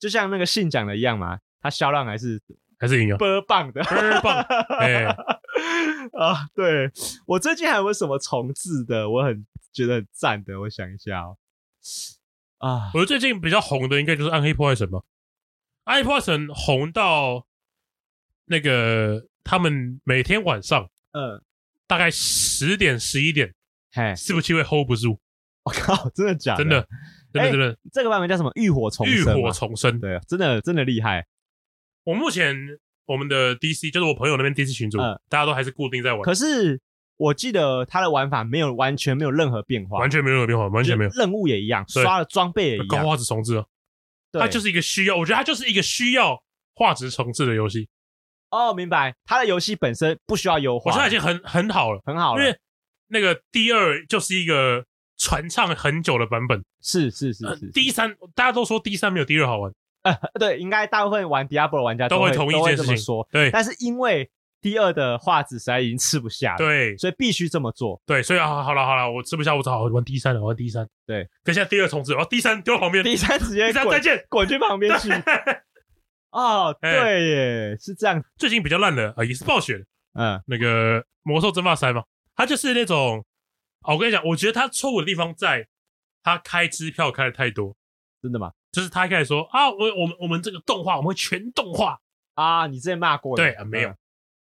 Speaker 1: 就像那个信讲的一样嘛，它销量还 是
Speaker 2: 还 是赢啊，
Speaker 1: 倍棒的，
Speaker 2: 倍儿棒。哎、
Speaker 1: 啊，对我最近还有没有什么重置的，我很觉得很赞的，我想一下哦，啊，
Speaker 2: 我最近比较红的应该就是《暗黑破坏神》吧，《暗黑破坏神》红到那个他们每天晚上
Speaker 1: 嗯，
Speaker 2: 大概十点十一点，
Speaker 1: 嘿，
Speaker 2: 伺服器会 hold 不住，
Speaker 1: 我靠，真的假
Speaker 2: 真的，真的，
Speaker 1: 哎
Speaker 2: 真的，
Speaker 1: 这个版本叫什么？浴火重
Speaker 2: 浴
Speaker 1: 生
Speaker 2: 火
Speaker 1: 吗
Speaker 2: 重生。
Speaker 1: 对，啊真的真的厉害。
Speaker 2: 我目前我们的 DC 就是我朋友那边 DC 群组
Speaker 1: 嗯，
Speaker 2: 大家都还是固定在玩。
Speaker 1: 可是我记得它的玩法没有完全没有任何变化，
Speaker 2: 完全没有任何变化，完全没有。
Speaker 1: 就是任务也一样，
Speaker 2: 对
Speaker 1: 刷了装备也一
Speaker 2: 高
Speaker 1: 样，
Speaker 2: 画质重置啊，
Speaker 1: 对，
Speaker 2: 它就是一个需要，我觉得它就是一个需要画质重置的游戏。
Speaker 1: 哦，明白，它的游戏本身不需要优化，
Speaker 2: 我觉得它已经很很好了，
Speaker 1: 很好
Speaker 2: 因
Speaker 1: 了，
Speaker 2: 为那个第二就是一个传唱很久的版本，
Speaker 1: 是是是
Speaker 2: 呃
Speaker 1: 是，
Speaker 2: 第三大家都说第三没有第二好玩，
Speaker 1: 呃 对，应该大部分玩 Diablo 玩家
Speaker 2: 都
Speaker 1: 会
Speaker 2: 会同意
Speaker 1: 都
Speaker 2: 这件
Speaker 1: 这
Speaker 2: 事
Speaker 1: 么
Speaker 2: 情
Speaker 1: 说，
Speaker 2: 对
Speaker 1: 但是因为第二的画质实在已经吃不下了，，
Speaker 2: 对
Speaker 1: 所以必须这么做，
Speaker 2: 对，所以啊，好了好了，我吃不下，我只好玩第三了，玩第三。
Speaker 1: 对，
Speaker 2: 可现在第二重置，然后第三丢旁边，
Speaker 1: 第三直接
Speaker 2: 第三再
Speaker 1: 滚
Speaker 2: 见。
Speaker 1: 滚去旁边去，哦，
Speaker 2: 哎
Speaker 1: 对耶，是这样，
Speaker 2: 最近比较烂的啊，也是暴雪的
Speaker 1: 嗯，
Speaker 2: 那个《魔兽争霸三》嘛，它就是那种，啊我跟你讲，我觉得它错误的地方在，它开支票开的太多，
Speaker 1: 真的吗？
Speaker 2: 就是他一开始说啊，我我们我们这个动画我们会全动画，
Speaker 1: 啊，你之前骂过的，
Speaker 2: 对啊没有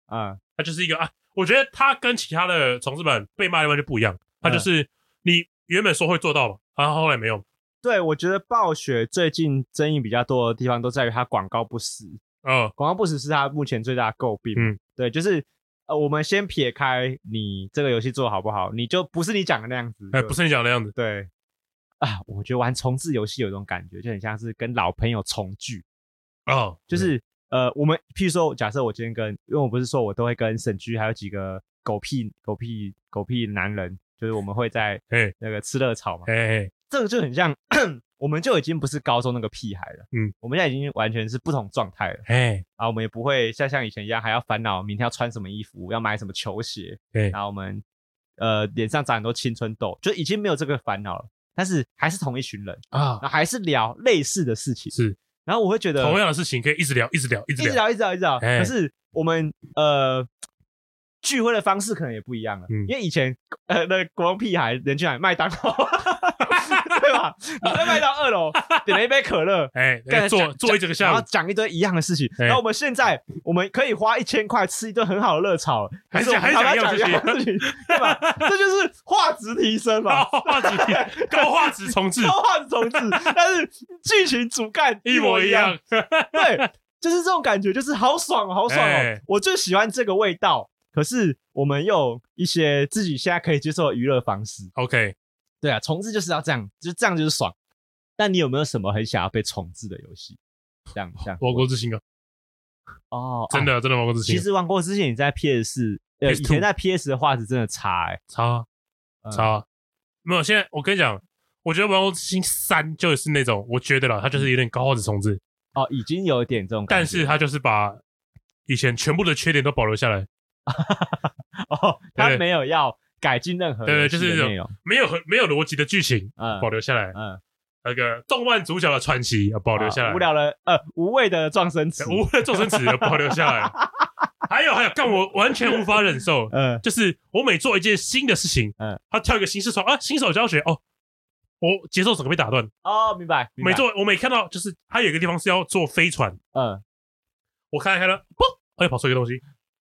Speaker 1: 嗯，嗯，
Speaker 2: 它就是一个啊，我觉得它跟其他的重置版被骂的地方就不一样，它
Speaker 1: 嗯
Speaker 2: 就是你原本说会做到嘛，然后后来没有，
Speaker 1: 对，我觉得暴雪最近争议比较多的地方都在于它广告不实，
Speaker 2: 嗯，
Speaker 1: 广告不实是它目前最大的诟病。
Speaker 2: 嗯，
Speaker 1: 对，就是呃，我们先撇开你这个游戏做得好不好，你就不是你讲的那样子。
Speaker 2: 哎，
Speaker 1: 就
Speaker 2: 不是你讲的样子，
Speaker 1: 对啊，我觉得玩重置游戏有一种感觉，就很像是跟老朋友重聚，
Speaker 2: 哦，
Speaker 1: 就是、呃，我们譬如说，假设我今天跟，因为我不是说我都会跟沈居还有几个狗屁狗屁狗屁男人，就是我们会在
Speaker 2: 哎
Speaker 1: 那个吃热炒嘛，
Speaker 2: 哎哎，
Speaker 1: 这个就很像。 我们就已经不是高中那个屁孩了，
Speaker 2: 嗯，
Speaker 1: 我们现在已经完全是不同状态了。
Speaker 2: 哎，
Speaker 1: 啊，我们也不会像像以前一样还要烦恼明天要穿什么衣服，要买什么球鞋，
Speaker 2: 对
Speaker 1: 然后我们呃脸上长很多青春痘，就已经没有这个烦恼了。但是还是同一群人，
Speaker 2: 啊
Speaker 1: 然，后还是聊类似的事情，
Speaker 2: 是
Speaker 1: 然后我会觉得
Speaker 2: 同样的事情可以一直聊，一直聊，一
Speaker 1: 一
Speaker 2: 直
Speaker 1: 直
Speaker 2: 聊，
Speaker 1: 聊一直聊一直聊，
Speaker 2: 哎
Speaker 1: 可是我们呃聚会的方式可能也不一样了，
Speaker 2: 嗯
Speaker 1: 因为以前 呃那个国王屁孩人去买麦当劳， 对吧？你在麦当劳二楼点了一杯可乐，
Speaker 2: 哎，
Speaker 1: 干
Speaker 2: 哎坐
Speaker 1: 讲
Speaker 2: 坐一整个
Speaker 1: 然
Speaker 2: 下
Speaker 1: 后
Speaker 2: 午，
Speaker 1: 讲一堆一样的事情。
Speaker 2: 哎
Speaker 1: 然后我们现在我们可以花一千块吃一顿很好的热炒，
Speaker 2: 还
Speaker 1: 是我们
Speaker 2: 还
Speaker 1: 他
Speaker 2: 讲
Speaker 1: 妈
Speaker 2: 一
Speaker 1: 讲
Speaker 2: 样的
Speaker 1: 一样的
Speaker 2: 事
Speaker 1: 事情，对 吧？这就是画质提升
Speaker 2: 高
Speaker 1: 嘛，
Speaker 2: 画质高画质重置
Speaker 1: 高画质重置，但是剧情主干
Speaker 2: 一模
Speaker 1: 一
Speaker 2: 一样，，
Speaker 1: 对，就是这种感觉，就是好爽哦，好爽哦
Speaker 2: 哎！
Speaker 1: 我就喜欢这个味道。可是我们又有一些自己现在可以接受的娱乐方式，
Speaker 2: OK，
Speaker 1: 对啊，重置就是要这样，就是这样就是爽。但你有没有什么很想要被重置的游戏？这样这样
Speaker 2: 王国之心啊，
Speaker 1: 哦，
Speaker 2: 真的真的王国之心
Speaker 1: 其
Speaker 2: 啊，
Speaker 1: 实《王国之心》你在 PS 四，呃，以
Speaker 2: PS2
Speaker 1: 前在 PS 的画质真的差、欸，
Speaker 2: 超啊
Speaker 1: 嗯
Speaker 2: 超啊，没有，现在我跟你讲。我觉得《王国之心三》就是那种，我觉得啦，它就是有点高画质重置，
Speaker 1: 哦，已经有一点这种感
Speaker 2: 但
Speaker 1: 觉
Speaker 2: 是
Speaker 1: 了，
Speaker 2: 他就是把以前全部的缺点都保留下来，
Speaker 1: 哦，他
Speaker 2: 对
Speaker 1: 没有要改进任何
Speaker 2: 对
Speaker 1: 游
Speaker 2: 对
Speaker 1: 戏
Speaker 2: 就是
Speaker 1: 的
Speaker 2: 那种
Speaker 1: 内容，
Speaker 2: 没有很没有逻辑的剧情
Speaker 1: 嗯
Speaker 2: 保留下来，
Speaker 1: 嗯，
Speaker 2: 那个动漫主角的传奇要保留下来，
Speaker 1: 啊无聊的呃无谓的撞生词，
Speaker 2: 无的周星驰要保留 下来，还有还有，干我完全无法忍受，
Speaker 1: 呃
Speaker 2: 就是我每做一件新的事情，
Speaker 1: 嗯
Speaker 2: 他跳一个新视窗啊，新手教学哦。我节奏整个被打断，
Speaker 1: 哦，明白，明白
Speaker 2: 每做我每看到就是他有一个地方是要做飞船，
Speaker 1: 嗯，
Speaker 2: 我看看到，嘣，哎又跑出一个东西，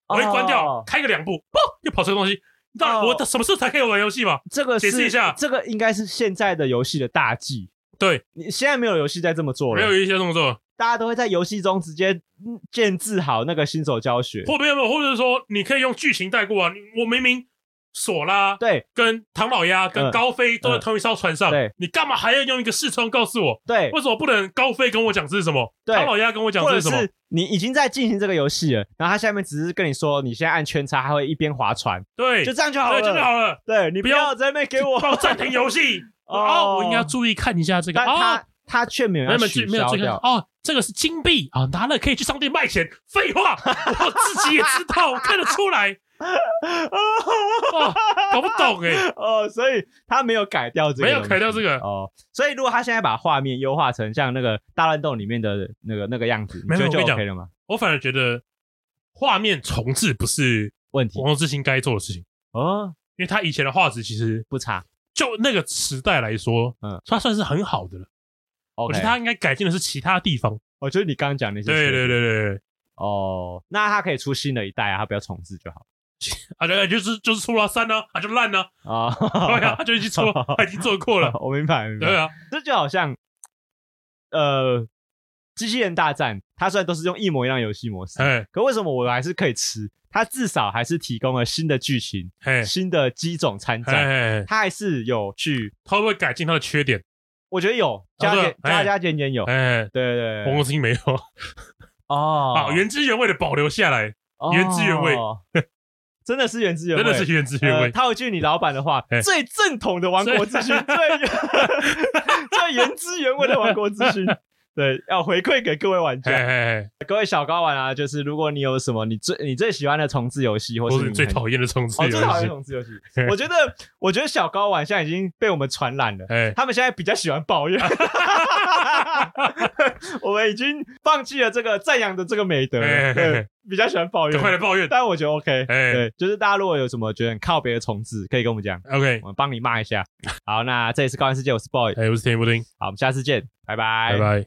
Speaker 2: 我一关掉，
Speaker 1: 哦
Speaker 2: 开个两步，嘣，又跑出一个东西，那
Speaker 1: 哦
Speaker 2: 我什么时候才可以玩游戏嘛？
Speaker 1: 这个
Speaker 2: 解释
Speaker 1: 是
Speaker 2: 一下
Speaker 1: 这个应该是现在的游戏的大忌。
Speaker 2: 对，
Speaker 1: 你现在没有游戏在这么做
Speaker 2: 没有
Speaker 1: 了，
Speaker 2: 一些动作，
Speaker 1: 大家都会在游戏中直接嗯建制好那个新手教学。
Speaker 2: 或没有没有，或者是说你可以用剧情带过啊。你我明明索拉
Speaker 1: 对
Speaker 2: 跟唐老鸭跟
Speaker 1: 嗯
Speaker 2: 高飞都在同一艘船上，
Speaker 1: 对
Speaker 2: 你干嘛还要用一个视窗告诉我？
Speaker 1: 对，
Speaker 2: 为什么不能高飞跟我讲这是什么？
Speaker 1: 对
Speaker 2: 唐老鸭跟我讲
Speaker 1: 或者
Speaker 2: 这是什么？
Speaker 1: 是你已经在进行这个游戏了，然后他下面只是跟你说，你现在按圈叉，他会一边划船，
Speaker 2: 对，
Speaker 1: 就
Speaker 2: 对，
Speaker 1: 这样就好了。
Speaker 2: 就这样 好了。
Speaker 1: 对你不
Speaker 2: 不
Speaker 1: 要
Speaker 2: 要
Speaker 1: 在那边给我
Speaker 2: 帮我暂停游戏。哦，我应该要注意看一下这个
Speaker 1: 但他、
Speaker 2: 啊。
Speaker 1: 他却没有
Speaker 2: 没
Speaker 1: 要
Speaker 2: 有没有
Speaker 1: 取
Speaker 2: 没有
Speaker 1: 消
Speaker 2: 这个
Speaker 1: 掉。
Speaker 2: 哦，这个是金币啊，拿了可以去商店卖钱。废话，我自己也知道，我看得 出来，哦搞不懂哎，
Speaker 1: 哦，所以他没有改掉这个，
Speaker 2: 没有改掉这
Speaker 1: 个。
Speaker 2: 个，
Speaker 1: 哦，所以如果他现在把画面优化成像那个大乱斗里面的那个那个样子，你
Speaker 2: 没有
Speaker 1: 觉得就
Speaker 2: 我跟你讲
Speaker 1: OK 了吗？
Speaker 2: 我反而觉得画面重置不是
Speaker 1: 问
Speaker 2: 《
Speaker 1: 题
Speaker 2: 王国之心》该做的事情，
Speaker 1: 哦
Speaker 2: 因为它以前的画质其实
Speaker 1: 不差
Speaker 2: 就那个时代来说，
Speaker 1: 嗯
Speaker 2: 嗯，它算是很好的了。我
Speaker 1: ，OK
Speaker 2: 觉。得它应该改进的是其他地方。
Speaker 1: 我觉得你刚刚讲那些，
Speaker 2: 对对对对对，
Speaker 1: 哦，那他可以出新的一代啊，他不要重置就好
Speaker 2: 啊对，就是就是出了三呢，啊就 烂呢，
Speaker 1: 啊。
Speaker 2: 对啊，他就已经出
Speaker 1: 。
Speaker 2: 了，他已经做过了啊
Speaker 1: 我明白，明白。
Speaker 2: 对啊，
Speaker 1: 这就好像，呃，机器人大战它虽然都是用一模一样的游戏模式，
Speaker 2: 哎
Speaker 1: 可为什么我还是可以吃？它至少还是提供了新的剧情、
Speaker 2: 哎
Speaker 1: 新的机种参
Speaker 2: 哎
Speaker 1: 战，
Speaker 2: 哎，哎
Speaker 1: 它还是有去，
Speaker 2: 他会不会改进他的缺点？
Speaker 1: 我觉得有加
Speaker 2: 对
Speaker 1: 减
Speaker 2: 哎
Speaker 1: 加加减减有，对
Speaker 2: 哎，
Speaker 1: 对对，
Speaker 2: 红
Speaker 1: 对
Speaker 2: 公司没有，
Speaker 1: 哦
Speaker 2: 啊，，原汁原味的保留下来，原汁原味
Speaker 1: 哦，真的是原汁原
Speaker 2: 真
Speaker 1: 味，
Speaker 2: 的是原汁原
Speaker 1: 呃，
Speaker 2: 味。
Speaker 1: 套一句你老板的话
Speaker 2: 哎，
Speaker 1: 最正统的亡国之勋，最 最原汁原味的亡国之勋。对，要回馈给各位玩家，
Speaker 2: 哎哎，哎
Speaker 1: 各位小高玩啊，就是如果你有什么你最你最喜欢的重置游戏，或
Speaker 2: 我
Speaker 1: 是
Speaker 2: 是
Speaker 1: 你
Speaker 2: 你最
Speaker 1: 很
Speaker 2: 讨厌的冲刺
Speaker 1: 哦
Speaker 2: 游
Speaker 1: 最讨厌
Speaker 2: 戏。哎
Speaker 1: 重置游戏
Speaker 2: 嘿，
Speaker 1: 我觉得我觉得小高玩现在已经被我们传染了。
Speaker 2: 哎，
Speaker 1: 他们现在比较喜欢抱怨， 我们已经放弃了这个赞扬的这个美德了，
Speaker 2: 哎哎哎
Speaker 1: 对比较喜欢抱
Speaker 2: 赶
Speaker 1: 怨
Speaker 2: 快。来 抱怨。
Speaker 1: 但我觉得 OK，
Speaker 2: 哎
Speaker 1: 对，就是大家如果有什么觉得很靠别的重置，可以跟我们讲，
Speaker 2: OK，
Speaker 1: 我们帮你骂一下。好，那这里是高玩世界，我是 boy，
Speaker 2: 哎，我是田一布丁，
Speaker 1: 好，我们下次见，拜拜
Speaker 2: 拜。拜。